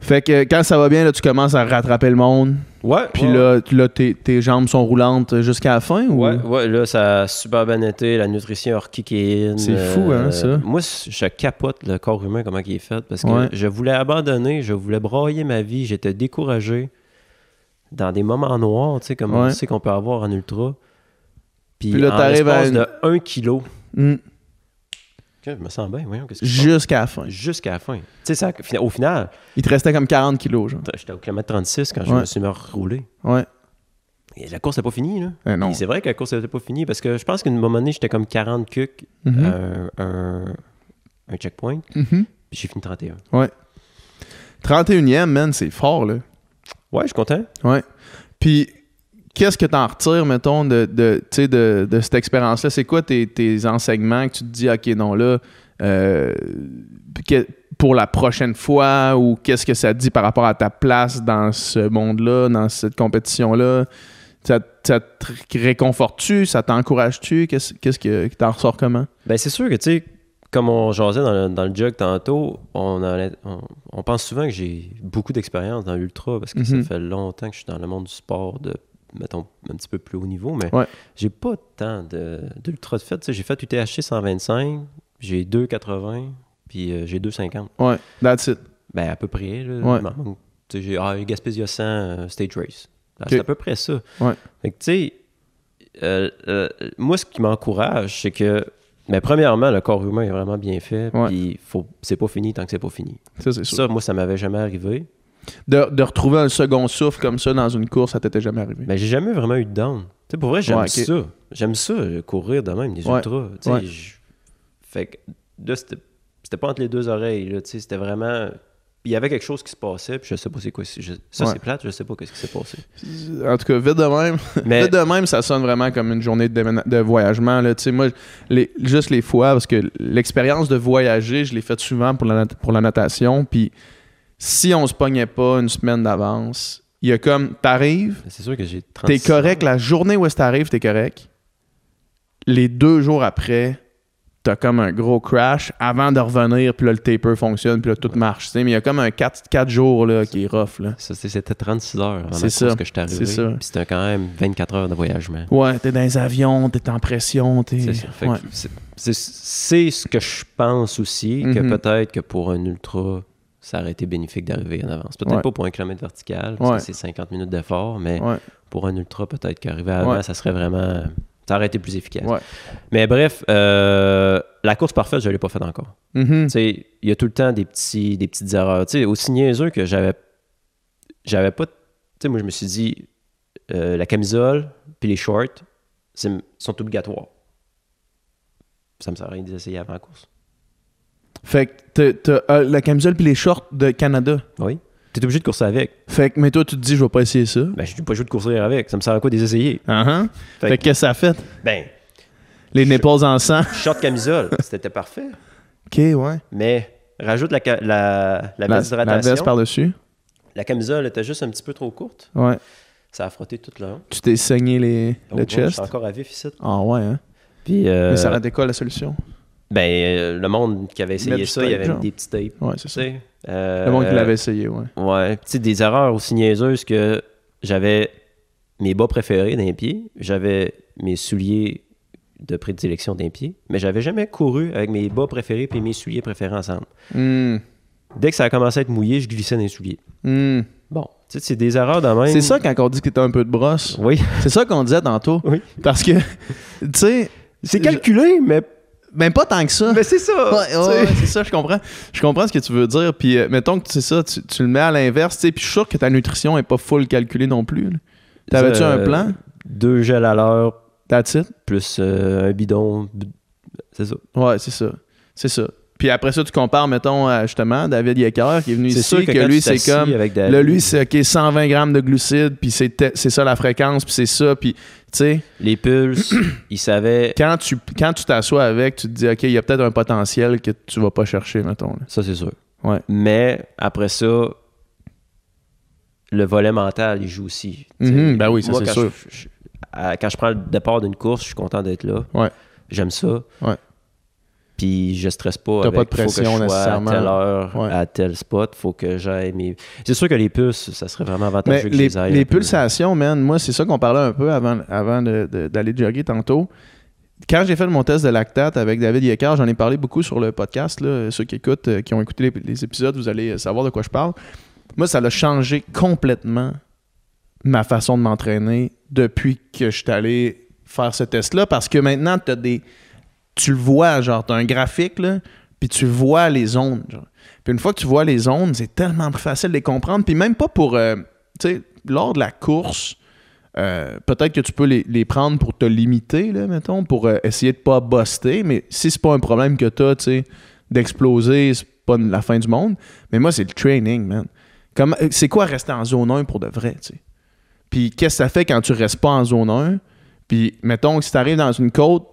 S1: Fait que euh, quand ça va bien, là, tu commences à rattraper le monde.
S2: Ouais,
S1: Puis
S2: ouais,
S1: là, tu- là, tes, tes jambes sont roulantes jusqu'à la fin. Ou...
S2: Ouais, ouais, là, ça a super bien été. La nutrition hors kick in. euh,
S1: C'est fou, hein, ça.
S2: Moi, c- je capote le corps humain, comment il est fait, parce que
S1: Ouais.
S2: je voulais abandonner, je voulais broyer ma vie, j'étais découragé dans des moments noirs, tu sais, comme on
S1: Ouais.
S2: sait qu'on peut avoir en ultra. Puis,
S1: Puis là,
S2: en
S1: t'arrives à
S2: l'espace
S1: une-
S2: de 1 kilo,
S1: Mm.
S2: je me sens bien, voyons, qu'est-ce que je
S1: Jusqu'à la fin.
S2: fais? Jusqu'à la fin. Tu sais, ça- fina- au final,
S1: Il te restait comme 40 kilos, genre.
S2: j'étais au kilomètre 36 quand je
S1: Ouais.
S2: me suis mis à rouler.
S1: Ouais.
S2: Et la course n'est pas finie, là.
S1: Eh non.
S2: Puis C'est vrai que la course n'était pas finie parce que je pense qu'à un moment donné, j'étais comme 40 cucs,
S1: Mhm.
S2: un, un- un checkpoint, puis
S1: Mhm.
S2: j'ai fini 31.
S1: 31e, man, c'est fort, là.
S2: Ouais, je suis content.
S1: Ouais. Puis, qu'est-ce que t'en retires, mettons, de, de, tu sais, de, de cette expérience-là? C'est quoi tes, tes enseignements que tu te dis, OK, non, là, euh, que- pour la prochaine fois, ou qu'est-ce que ça te dit par rapport à ta place dans ce monde-là, dans cette compétition-là? Ça, ça te réconforte-tu? Ça t'encourage-tu? Qu'est-ce qu'est-ce que que t'en ressors comment?
S2: Ben, c'est sûr que, tu sais, comme on jasait dans le, dans le jog tantôt, on, en a- on, on pense souvent que j'ai beaucoup d'expérience dans l'ultra parce que
S1: Mhm.
S2: ça fait longtemps que je suis dans le monde du sport de, mettons, un petit peu plus haut niveau, mais
S1: Ouais.
S2: j'ai pas tant de- d'ultra de, fait. Tu sais, J'ai fait UTHC 125, j'ai 2,80, puis euh, j'ai 2,50.
S1: Ouais, that's it.
S2: Ben, à peu près. Là,
S1: Ouais.
S2: Il m'en manque. Tu sais, j'ai ah, Gaspésia 100 euh, Stage Race. Ben,
S1: Ok.
S2: C'est à peu près ça.
S1: Ouais.
S2: Fait que, tu sais, euh, euh, moi, ce qui m'encourage, c'est que, ben, premièrement, le corps humain est vraiment bien fait.
S1: Ouais.
S2: Puis, faut- c'est pas fini tant que c'est pas fini.
S1: Ça, c'est sûr.
S2: Ça, moi, ça m'avait jamais arrivé.
S1: de, de retrouver un second souffle comme ça dans une course, ça t'était jamais arrivé.
S2: Mais j'ai jamais vraiment eu de down. Tu sais, pour vrai, j'aime
S1: Ouais, ok.
S2: ça. J'aime ça, euh, courir de même, les
S1: Ouais,
S2: ultras. Tu sais,
S1: ouais.
S2: je- Fait que là, c'était c'était pas entre les deux oreilles. là, tu sais, C'était vraiment. Il y avait quelque chose qui se passait, puis je sais pas c'est quoi. c'est- je- Ça,
S1: Ouais.
S2: c'est plate, je sais pas qu'est-ce qui s'est passé.
S1: En tout cas, vite de même.
S2: Mais
S1: Vite de même, ça sonne vraiment comme une journée de, déména- de voyagement. Là. Tu sais, Moi, les- juste les fois, parce que l'expérience de voyager, je l'ai faite souvent pour la, nat- pour la natation. Puis si on se pognait pas une semaine d'avance, il y a comme, t'arrives,
S2: c'est sûr que j'ai 30.
S1: t'es correct la journée où est-ce que t'arrives, t'es correct. Les deux jours après, t'as comme un gros crash avant de revenir, puis là, le taper fonctionne, puis là, tout marche. tu sais. Mais il y a comme un 4, jours là, qui est rough. Là.
S2: Ça, c'est- c'était 36 heures avant
S1: C'est
S2: la
S1: ça.
S2: course que je suis arrivé.
S1: C'est ça.
S2: Puis c'était quand même 24 heures de voyagement.
S1: Ouais, t'es dans les avions, t'es en pression, t'es...
S2: C'est ça. Fait que
S1: Ouais.
S2: c'est- c'est- C'est ce que je pense aussi,
S1: Mhm.
S2: que peut-être que pour un ultra, ça aurait été bénéfique d'arriver en avance. Peut-être
S1: Ouais.
S2: pas pour un kilomètre vertical, parce
S1: Ouais.
S2: que c'est 50 minutes d'effort, mais
S1: Ouais.
S2: pour un ultra, peut-être qu'arriver avant,
S1: Ouais.
S2: ça serait vraiment. Ça aurait été plus efficace.
S1: Ouais.
S2: Mais bref, euh, la course parfaite, je ne l'ai pas faite encore.
S1: Mhm.
S2: Tu sais, il y a tout le temps des, petits, des petites erreurs. Tu sais, aussi niaiseux que j'avais, j'avais pas. Tu sais, moi, je me suis dit, euh, la camisole puis les shorts c'est- sont obligatoires. Ça me sert à rien de les essayer avant la course.
S1: Fait que t'as- t'as euh, la camisole puis les shorts de Canada.
S2: Oui. Tu es obligé de courser avec.
S1: Fait que, mais toi, tu te dis, je vais pas essayer ça.
S2: Ben, je suis pas obligé de courir avec. Ça me sert à quoi de les essayer?
S1: Uh-huh. Fait,
S2: Fait
S1: que, qu'est-ce que ça fait?
S2: Ben,
S1: Les nipples en sang.
S2: short camisole, c'était parfait.
S1: OK, ouais.
S2: Mais rajoute la, ca- la, la veste
S1: la
S2: d'hydratation.
S1: veste
S2: La,
S1: par-dessus.
S2: camisole était juste un petit peu trop courte.
S1: Ouais.
S2: Ça a frotté tout le long.
S1: Tu t'es saigné les,
S2: Oh,
S1: le
S2: bon, je
S1: chest.
S2: suis encore à vif ici.
S1: Ah ouais, hein?
S2: Puis, euh,
S1: Mais ça rendait quoi la solution?
S2: ben, euh, le monde qui avait
S1: Mettre
S2: essayé
S1: du
S2: ça, il y
S1: tape,
S2: avait
S1: genre.
S2: des petits tapes. tu
S1: Ouais, c'est ça.
S2: sais. Euh,
S1: Le monde qui l'avait essayé, ouais.
S2: Ouais. Puis, tu sais, des erreurs aussi niaiseuses que j'avais mes bas préférés d'un pied, j'avais mes souliers de prédilection d'un pied, mais j'avais jamais couru avec mes bas préférés puis mes souliers préférés ensemble.
S1: Hmm.
S2: Dès que ça a commencé à être mouillé, je glissais dans les souliers.
S1: Hmm.
S2: Bon, tu sais, c'est des erreurs dans même.
S1: C'est ça quand on dit que t'as un peu de brosse.
S2: Oui.
S1: C'est ça qu'on disait tantôt.
S2: Oui.
S1: Parce que, tu sais,
S2: C'est
S1: Je-
S2: calculé, mais,
S1: même pas tant que ça.
S2: mais c'est ça.
S1: Ouais, ouais, ouais, c'est ça, je comprends. Je comprends ce que tu veux dire. Puis, euh, mettons que c'est ça, tu, tu le mets à l'inverse, tu sais, puis je suis sûr que ta nutrition est pas full calculée non plus. là. T'avais-tu
S2: Euh,
S1: un plan?
S2: Deux gels à l'heure,
S1: That's it?
S2: plus euh, un bidon. b- C'est ça.
S1: Ouais, c'est ça. C'est ça. Puis après ça, tu compares, mettons, à, justement, David Yecker, qui est venu
S2: C'est
S1: ici,
S2: sûr
S1: que,
S2: quand
S1: lui,
S2: tu
S1: c'est
S2: t'assis euh,
S1: comme...
S2: Avec David,
S1: Là, lui, c'est OK, 120 grammes de glucides, puis c'est te- c'est ça la fréquence, puis c'est ça, puis, tu sais,
S2: Les pulses, il savait.
S1: quand tu quand tu t'assois avec, tu te dis, OK, il y a peut-être un potentiel que tu vas pas chercher, mettons. là.
S2: Ça, c'est sûr.
S1: Ouais.
S2: Mais après ça, le volet mental, il joue aussi.
S1: Mhm,
S2: T'sais,
S1: ben oui, ça,
S2: moi,
S1: c'est
S2: quand
S1: sûr.
S2: je- je- à- quand je prends le départ d'une course, je suis content d'être là.
S1: Ouais.
S2: J'aime ça.
S1: Ouais.
S2: Puis je stresse pas.
S1: T'as
S2: avec,
S1: pas de pression
S2: faut que je sois
S1: nécessairement.
S2: À telle heure,
S1: Ouais.
S2: à tel spot, faut que j'aille. mes- C'est sûr que les pulses, ça serait vraiment avantageux
S1: Mais
S2: que je
S1: les,
S2: les aille.
S1: les
S2: un peu.
S1: pulsations, man, moi, c'est ça qu'on parlait un peu avant, avant de- de- d'aller jogger tantôt. Quand j'ai fait mon test de lactate avec David Yecker, j'en ai parlé beaucoup sur le podcast. là. Ceux qui écoutent, euh, qui ont écouté les, les épisodes, vous allez euh, savoir de quoi je parle. Moi, ça a changé complètement ma façon de m'entraîner depuis que je suis allé faire ce test-là parce que maintenant, t'as des, tu le vois, genre, tu as un graphique, là, puis tu vois les zones. genre. Puis une fois que tu vois les zones, c'est tellement plus facile de les comprendre. Puis même pas pour, euh, tu sais, lors de la course, euh, peut-être que tu peux les, les prendre pour te limiter, là, mettons, pour euh, essayer de pas buster, mais si c'est pas un problème que tu as, tu sais, d'exploser, c'est pas la fin du monde. Mais moi, c'est le training, man. Comment- euh, C'est quoi rester en zone 1 pour de vrai, tu sais? Puis qu'est-ce que ça fait quand tu restes pas en zone 1? Puis mettons que si t'arrives dans une côte,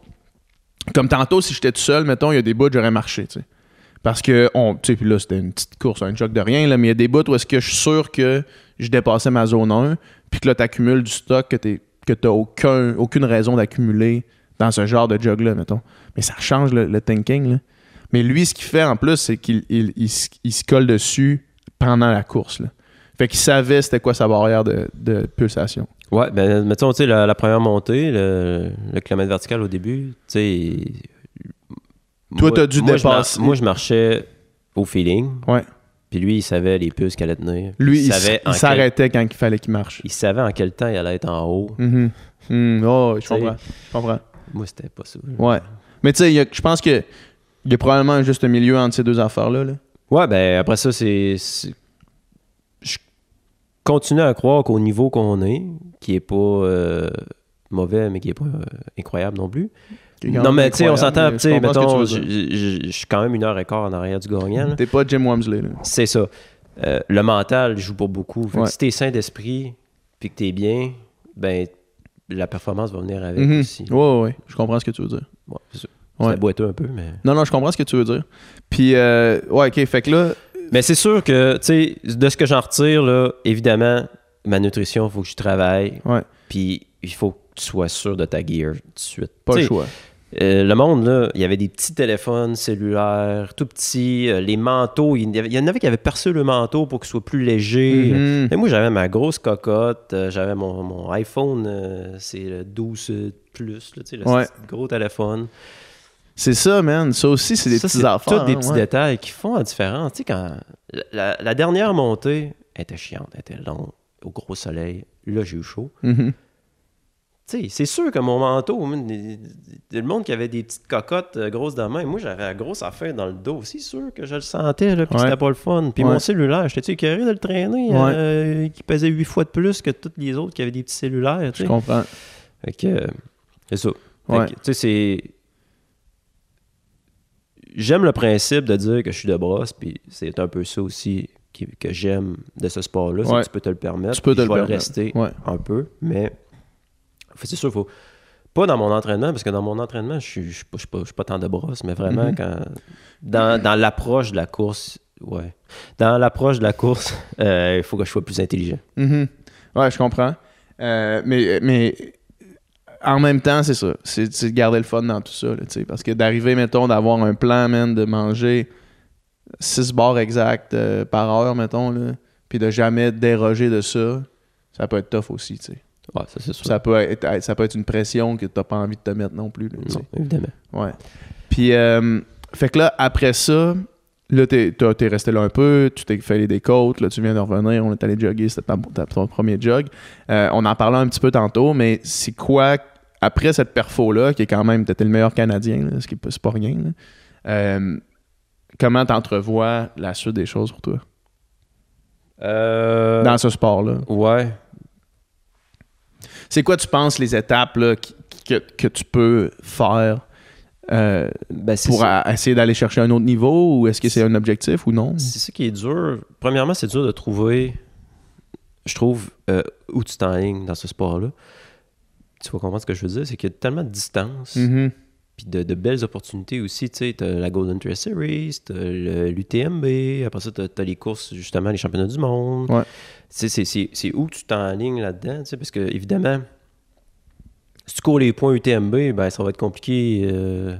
S1: comme tantôt, si j'étais tout seul, mettons, il y a des bouts, j'aurais marché, tu sais. Parce que, on, tu sais, puis là, c'était une petite course, un choc de rien, là, mais il y a des bouts où est-ce que je suis sûr que je dépassais ma zone 1, puis que là, t'accumules du stock que t'es que t'as aucun, aucune raison d'accumuler dans ce genre de jog-là, mettons. Mais ça change le, le thinking, là. Mais lui, ce qu'il fait en plus, c'est qu'il il, il se- il se colle dessus pendant la course, là. Fait qu'il savait c'était quoi sa barrière de, de pulsation.
S2: Ouais, ben, mettons, tu sais, la, la première montée, le, le kilomètre vertical au début, tu sais.
S1: Toi,
S2: moi-
S1: t'as dû
S2: moi, je mar-
S1: dépasser.
S2: Moi, je marchais au feeling.
S1: Ouais.
S2: Puis lui, il savait les puces qu'il allait tenir.
S1: Lui, il, s-
S2: savait
S1: il
S2: en quel,
S1: s'arrêtait quand il fallait qu'il marche.
S2: il savait en quel temps il allait être en haut.
S1: Mhm. Mm, oh, je
S2: T'sais.
S1: comprends. Je comprends.
S2: Moi, c'était pas ça.
S1: Ouais. Mais tu sais, il y a- je pense que il y a probablement un juste milieu entre ces deux affaires-là. là.
S2: Ouais, ben, après ça, c'est. c'est- je- continuer à croire qu'au niveau qu'on est, qui est pas euh, mauvais, mais qui est pas euh, incroyable non plus. Non, mais tu sais, on s'entend, tu sais, mettons, je je- je suis quand même une heure et quart en arrière du gagnant. là.
S1: T'es pas Jim Wamsley. là.
S2: C'est ça. Euh, le mental joue pas beaucoup. Fait que
S1: Ouais.
S2: Si t'es sain d'esprit, puis que t'es bien, ben la performance va venir avec
S1: Mhm.
S2: aussi.
S1: Ouais, ouais, ouais, je comprends ce que tu veux dire.
S2: Ouais, c'est ça.
S1: Ouais.
S2: Ça boiteux un peu, mais...
S1: Non, non, je comprends ce que tu veux dire. Puis, euh, ouais, ok, fait que là,
S2: Mais Ben, c'est sûr que, tu sais, de ce que j'en retire, là, évidemment, ma nutrition, il faut que je travaille.
S1: Ouais.
S2: Puis il faut que tu sois sûr de ta gear tout de suite.
S1: pas
S2: Tu
S1: le
S2: sais,
S1: choix.
S2: euh, le monde, là, il y avait des petits téléphones cellulaires, tout petits, euh, les manteaux. Il y, en avait- il y en avait qui avaient percé le manteau pour qu'il soit plus léger.
S1: Mhm.
S2: Mais moi, j'avais ma grosse cocotte, euh, j'avais mon, mon iPhone, euh, c'est le 12 Plus, là, tu sais, le
S1: Ouais.
S2: petit gros téléphone.
S1: C'est ça, man. Ça aussi, c'est des
S2: Ça,
S1: petits affaires.
S2: tous des
S1: hein,
S2: petits
S1: ouais.
S2: détails qui font la différence. Tu sais, quand la, la- la dernière montée elle était chiante, elle était longue, au gros soleil. Là, j'ai eu chaud.
S1: Mhm.
S2: Tu sais, c'est sûr que mon manteau, man, les- le monde qui avait des petites cocottes euh, grosses dans la main, moi, j'avais la grosse affaire dans le dos. C'est sûr que je le sentais, là, puis
S1: Ouais.
S2: c'était pas le fun. Puis
S1: Ouais.
S2: mon cellulaire, j'étais-tu écœuré de le traîner,
S1: Ouais.
S2: euh, qui pesait huit fois de plus que tous les autres qui avaient des petits cellulaires, tu
S1: Je
S2: sais.
S1: comprends.
S2: Fait que, euh, c'est ça. Fait
S1: Ouais.
S2: que, tu sais, c'est. J'aime le principe de dire que je suis de brosse, puis c'est un peu ça aussi qui- que j'aime de ce sport-là. c'est
S1: Ouais.
S2: que tu peux te le permettre.
S1: Tu peux
S2: puis
S1: te
S2: je
S1: le
S2: vais
S1: permettre.
S2: rester
S1: Ouais.
S2: un peu, mais Fait que c'est sûr, faut. Pas dans mon entraînement, parce que dans mon entraînement, je suis, je suis pas, je suis pas- je suis pas tant de brosse, mais vraiment,
S1: Mhm.
S2: quand, dans, dans l'approche de la course, ouais. Dans l'approche de la course, euh, il faut que je sois plus intelligent.
S1: Mhm. Ouais, je comprends. Euh, mais, mais en même temps, c'est ça. C'est c'est de garder le fun dans tout ça. là, tu sais, parce que d'arriver, mettons, d'avoir un plan, man, de manger 6 bars exacts euh, par heure, mettons, là, puis de jamais déroger de ça, ça peut être tough aussi. tu sais.
S2: Ouais, ça, c'est sûr.
S1: Ça peut être, ça peut être une pression que t'as pas envie de te mettre non plus. là, tu sais.
S2: Non, évidemment.
S1: Ouais. Puis, euh, fait que là, après ça, là, t'es, t'as- t'es resté là un peu, tu t'es fait aller des côtes, là, tu viens de revenir, on est allé jogger, c'était ta- ta- ton premier jog. Euh, on en parlait un petit peu tantôt, mais c'est quoi, après cette perfo-là, qui est quand même, t'étais le meilleur Canadien, là, ce qui est pas, c'est pas rien, là, euh, comment t'entrevois la suite des choses pour toi
S2: Euh,
S1: dans ce sport-là?
S2: Ouais.
S1: C'est quoi, tu penses, les étapes là, qui- que, que tu peux faire euh,
S2: Ben, c'est
S1: pour
S2: ça.
S1: a- essayer d'aller chercher un autre niveau ou est-ce que c'est un objectif ou non?
S2: C'est ça qui est dur. Premièrement, c'est dur de trouver, je trouve, euh, où tu t'enlignes dans ce sport-là. Tu vas comprendre ce que je veux dire, c'est qu'il y a tellement de distance,
S1: Mhm.
S2: puis de, de belles opportunités aussi. Tu sais, t'as la Golden Trail Series, t'as le- l'UTMB, après ça, t'as as les courses, justement, les championnats du monde.
S1: Ouais.
S2: Tu sais, c'est- c'est c'est où tu t'enlignes là-dedans, tu sais, parce que, évidemment, si tu cours les points UTMB, ben, ça va être compliqué euh,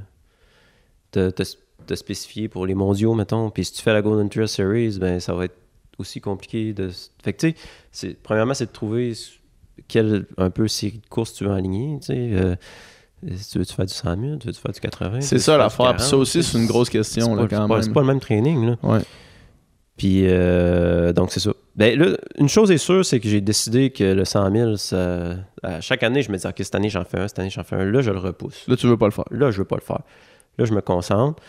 S2: de de- de spécifier pour les mondiaux, mettons. Puis si tu fais la Golden Trail Series, ben, ça va être aussi compliqué de. Fait que, tu sais, c'est- premièrement, c'est de trouver s- quelle un peu série de courses tu veux aligner, tu sais. euh, si tu veux-tu faire du 100 000, tu veux-tu faire du 80
S1: C'est
S2: tu
S1: ça
S2: veux-tu
S1: l'affaire.
S2: faire du
S1: Puis Ça
S2: 40,
S1: aussi, c'est une grosse question là,
S2: c'est pas-
S1: quand
S2: c'est pas,
S1: même.
S2: c'est pas le même training. Là.
S1: Ouais.
S2: Puis, euh, donc, c'est ça. Ben, là, une chose est sûre, c'est que j'ai décidé que le 100 000, ça- à chaque année, je me dis, OK, cette année, j'en fais un, cette année, j'en fais un. Là, je le repousse.
S1: Là, tu veux pas le faire.
S2: Là, je veux pas le faire. Là, je me concentre.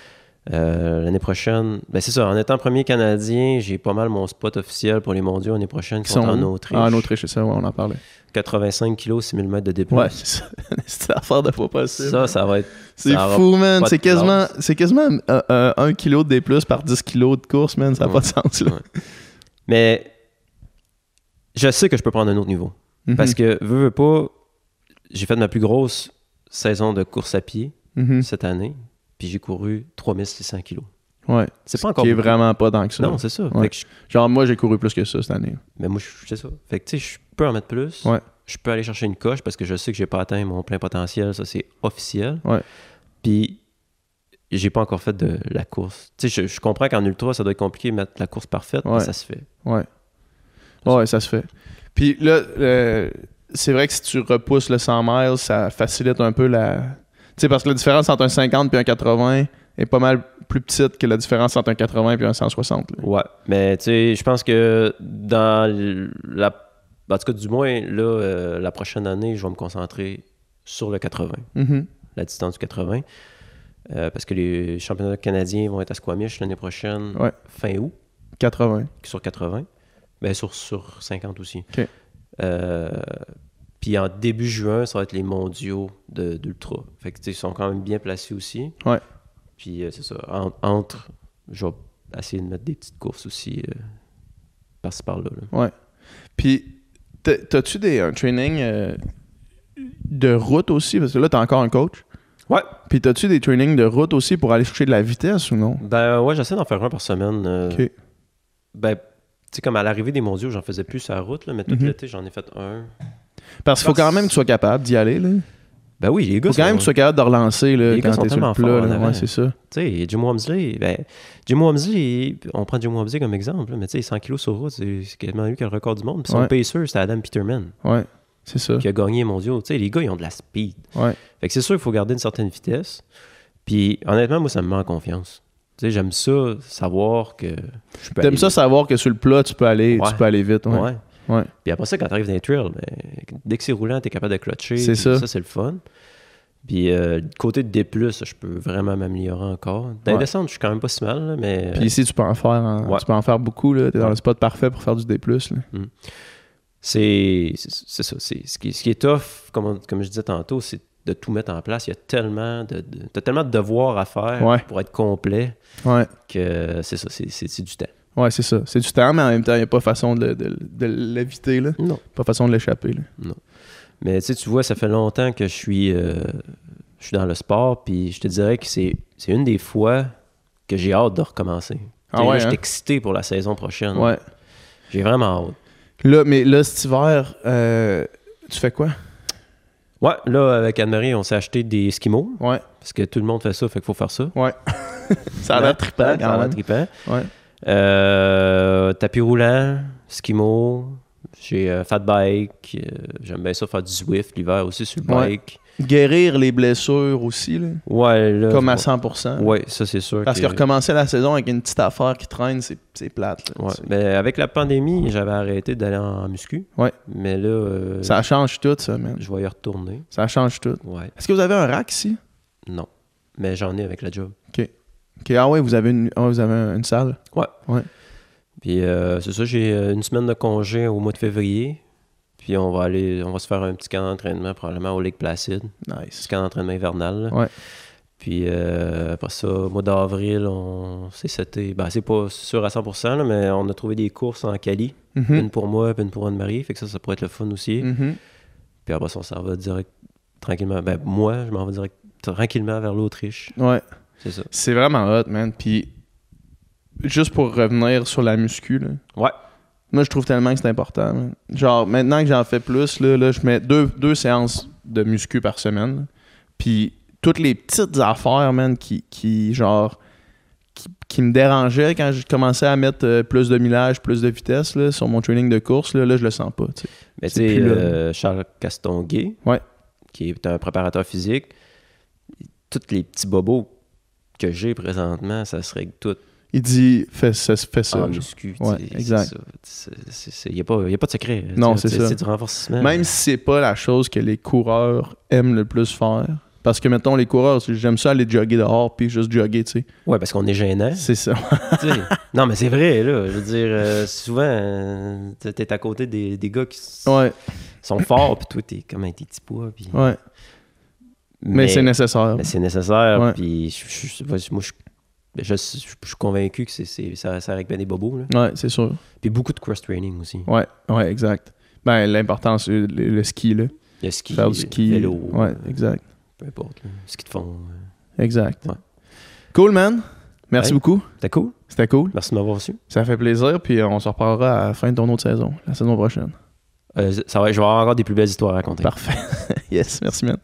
S2: Euh, l'année prochaine, ben c'est ça, en étant premier Canadien, j'ai pas mal mon spot officiel pour les mondiaux l'année prochaine qui
S1: Ils
S2: sont,
S1: sont
S2: en
S1: où?
S2: Autriche.
S1: Ah, en Autriche, c'est ça, ouais, on en parlait.
S2: 85 kilos, 6000 mètres de dépense.
S1: Ouais, c'est ça. c'est l'affaire de pas possible.
S2: ça, ça va être.
S1: c'est
S2: ça aura
S1: fou, man.
S2: pas de
S1: C'est quasiment,
S2: classe.
S1: c'est quasiment euh, euh, un kilo de D plus par 10 kilos de course, man. Ça n'a
S2: Ouais.
S1: pas de sens, là.
S2: Ouais. Mais je sais que je peux prendre un autre niveau.
S1: Mhm.
S2: Parce que, veux, veux pas, j'ai fait ma plus grosse saison de course à pied
S1: Mhm.
S2: cette année, puis j'ai couru 3600 kilos.
S1: Ouais.
S2: C'est
S1: Ce
S2: pas encore
S1: Qui est
S2: beaucoup.
S1: vraiment pas tant que ça.
S2: Non, c'est ça.
S1: Ouais.
S2: Fait que je-
S1: Genre, moi, j'ai couru plus que ça cette année.
S2: mais moi, je- c'est ça. Fait que, tu sais, je peux en mettre plus.
S1: Ouais.
S2: Je peux aller chercher une coche parce que je sais que j'ai pas atteint mon plein potentiel. Ça, c'est officiel.
S1: Ouais.
S2: Puis, j'ai pas encore fait de la course. Tu sais, je, je comprends qu'en ultra, ça doit être compliqué de mettre la course parfaite, mais
S1: Ouais.
S2: ça se fait.
S1: Ouais. Ouais, ça se fait. Puis là, euh, c'est vrai que si tu repousses le 100 miles, ça facilite un peu la. Tu sais, parce que la différence entre un 50 et un 80 est pas mal plus petite que la différence entre un 80 et un 160. là.
S2: Ouais, mais tu sais, je pense que dans l- la. En tout cas, du moins, là, euh, la prochaine année, je vais me concentrer sur le 80,
S1: Mhm.
S2: la distance du 80. euh, parce que les championnats canadiens vont être à Squamish l'année prochaine,
S1: Ouais.
S2: fin août,
S1: 80.
S2: sur 80. Ben, sur, sur 50 aussi.
S1: OK.
S2: Euh, puis en début juin, ça va être les mondiaux de- d'Ultra. Fait que, tu sais, ils sont quand même bien placés aussi.
S1: Ouais.
S2: Puis euh, c'est ça. En- entre, je vais essayer de mettre des petites courses aussi euh, par-ci par-là. là.
S1: Puis, t'as- t'as-tu des, un training euh, de route aussi? Parce que là, t'as encore un coach.
S2: Ouais.
S1: Puis, t'as-tu des trainings de route aussi pour aller chercher de la vitesse ou non?
S2: Ben ouais, j'essaie d'en faire un par semaine. euh,
S1: Ok.
S2: Ben, tu sais, comme à l'arrivée des mondiaux, j'en faisais plus à la route, là, mais tout
S1: Mhm.
S2: l'été, j'en ai fait un.
S1: Parce qu'il faut quand même que tu sois capable d'y aller. Il
S2: Ben oui, les gars,
S1: faut quand
S2: sont-
S1: même que tu sois capable de relancer là,
S2: Les gars
S1: quand
S2: sont
S1: t'es sur le
S2: tellement
S1: plat.
S2: forts
S1: là.
S2: en avant.
S1: Ouais, c'est ça.
S2: Tu sais, Jim Wamsley, ben, Jim Wamsley, on prend Jim Wamsley comme exemple, là, mais tu sais, 100 kilos sur route, c'est c'est quasiment lui qui a le record du monde. Puis son
S1: Ouais.
S2: pacer, c'était Adam Peterman,
S1: Ouais, c'est ça.
S2: qui a gagné les mondiaux. Tu sais, les gars, ils ont de la speed.
S1: Ouais.
S2: Fait que c'est sûr qu'il faut garder une certaine vitesse. Puis honnêtement, moi, ça me met en confiance. Tu sais, j'aime ça, savoir que je peux
S1: T'aimes
S2: aller
S1: ça savoir que sur le plat, tu peux aller, tu
S2: ben, Ouais.
S1: peux aller vite. ouais.
S2: Ouais.
S1: Ouais.
S2: Puis après ça, quand t'arrives dans les trails, ben, dès que c'est roulant, t'es capable de clutcher.
S1: C'est
S2: puis
S1: ça.
S2: c'est le fun. Puis euh, côté de D, je peux vraiment m'améliorer encore. Dans les
S1: Ouais.
S2: descentes, je suis quand même pas si mal, là, mais.
S1: Puis ici, tu peux en faire, en-
S2: Euh, Ouais.
S1: tu peux en faire beaucoup. là. T'es dans
S2: Ouais.
S1: le spot parfait pour faire du D+. là.
S2: C'est c'est- c'est ça. c'est- Ce qui, ce qui est tough, comme, on- comme je disais tantôt, c'est de tout mettre en place. Il y a tellement de, de- t'as tellement de devoirs à faire
S1: Ouais.
S2: pour être complet
S1: Ouais.
S2: que c'est ça, c'est- c'est c'est du temps.
S1: Ouais, c'est ça. C'est du temps, mais en même temps, il n'y a pas façon de, de, de l'éviter. là.
S2: Non.
S1: Pas façon de l'échapper. là.
S2: Mais tu sais, tu vois, ça fait longtemps que je suis, euh, je suis dans le sport, puis je te dirais que c'est c'est une des fois que j'ai hâte de recommencer. Tu sais,
S1: Ah ouais,
S2: là, je suis
S1: hein?
S2: excité pour la saison prochaine.
S1: Ouais.
S2: J'ai vraiment hâte.
S1: Là, mais là, cet hiver, euh, tu fais quoi?
S2: Ouais, là, avec Anne-Marie, on s'est acheté des skimos,
S1: Ouais.
S2: parce que tout le monde fait ça, fait qu'il faut faire ça.
S1: Ça a l'air trippant
S2: Ça a
S1: quand
S2: l'air
S1: même.
S2: trippant.
S1: Ouais.
S2: Euh, tapis roulant, skimo, j'ai euh, fat bike, euh, j'aime bien ça faire du Zwift l'hiver aussi sur le
S1: Ouais.
S2: bike.
S1: Guérir les blessures aussi, là,
S2: Ouais, là.
S1: comme à
S2: Euh, ouais.
S1: 100%.
S2: Ouais, ça c'est sûr.
S1: Parce que recommencer la saison avec une petite affaire qui traîne, c'est c'est plate. là.
S2: Ouais.
S1: C'est-
S2: Ben, avec la pandémie, j'avais arrêté d'aller en muscu.
S1: Ouais.
S2: Mais là, euh,
S1: Ça change tout, ça, man.
S2: je vais y retourner.
S1: Ça change tout.
S2: Ouais.
S1: Est-ce que vous avez un rack ici?
S2: Non. Mais j'en ai avec la job.
S1: Ok, ah ouais, vous avez une, ah, vous avez un- une salle.
S2: Puis euh, c'est ça, j'ai euh, une semaine de congé au mois de février. Puis on va aller, on va se faire un petit camp d'entraînement probablement au Lake Placide.
S1: Nice.
S2: Petit camp d'entraînement hivernal. là.
S1: Ouais.
S2: Puis euh, après ça, au mois d'avril, on s'est seté. Ben, c'est pas sûr à 100%, là, mais on a trouvé des courses en Cali.
S1: Mhm.
S2: Une pour moi, puis une pour Anne-Marie. Fait que ça, ça pourrait être le fun aussi.
S1: Mhm.
S2: Puis après ça, on s'en va direct, tranquillement. Ben, moi, je m'en vais direct, tranquillement vers l'Autriche.
S1: Ouais.
S2: C'est ça.
S1: C'est vraiment hot, man. Puis, juste pour revenir sur la muscu, là.
S2: Ouais.
S1: Moi, je trouve tellement que c'est important. man. Genre, maintenant que j'en fais plus, là, là, je mets deux, deux séances de muscu par semaine. là. Puis, toutes les petites affaires, man, qui, qui genre, qui, qui me dérangeaient quand je commençais à mettre euh, plus de millage, plus de vitesse, là, sur mon training de course, là, là je le sens pas, tu sais.
S2: Mais tu
S1: C'est
S2: sais,
S1: plus là.
S2: euh, Charles Castonguay,
S1: Ouais.
S2: qui est un préparateur physique, tous les petits bobos que j'ai présentement, ça serait tout
S1: Il dit, fais ça, fais ça.
S2: en
S1: genre.
S2: muscu.
S1: Ah, Ouais, exact.
S2: Il n'y a, pas- y a pas de secret.
S1: Non,
S2: Tu sais,
S1: c'est ça.
S2: C'est du renforcement.
S1: Même si c'est pas la chose que les coureurs aiment le plus faire. Parce que, mettons, les coureurs, c'est- j'aime ça aller jogger dehors puis juste jogger, tu sais.
S2: Ouais, parce qu'on est gênant.
S1: C'est ça.
S2: tu sais. non, mais c'est vrai, là. Je veux dire, euh, souvent, euh, t'es t'es à côté des, des gars qui s-
S1: Ouais,
S2: sont forts, puis toi, t'es comme un petit poids. puis-
S1: ouais. Mais, c'est nécessaire.
S2: Mais Ben, c'est nécessaire.
S1: Ah. Ouais.
S2: Puis je, je- je- moi, je, je- je- je suis convaincu que c'est, c'est- ça, ça règle bien des bobos. là.
S1: Ouais, c'est sûr.
S2: Puis beaucoup de cross-training aussi.
S1: Ouais, ouais, exact. Ben, l'important, c'est le, le ski, là.
S2: Il y a ski,
S1: Faire du ski.
S2: vélo, euh,
S1: Ouais, exact.
S2: peu importe. là. Ski de fond. euh.
S1: Exact.
S2: Ouais.
S1: Cool, man. Merci
S2: Hey.
S1: beaucoup.
S2: C'était cool.
S1: C'était cool.
S2: Merci de m'avoir reçu.
S1: Ça fait plaisir, puis on se reparlera à la fin de ton autre saison, la saison prochaine.
S2: Euh, ça va, je vais avoir encore des plus belles histoires à raconter.
S1: Parfait. yes, merci, man.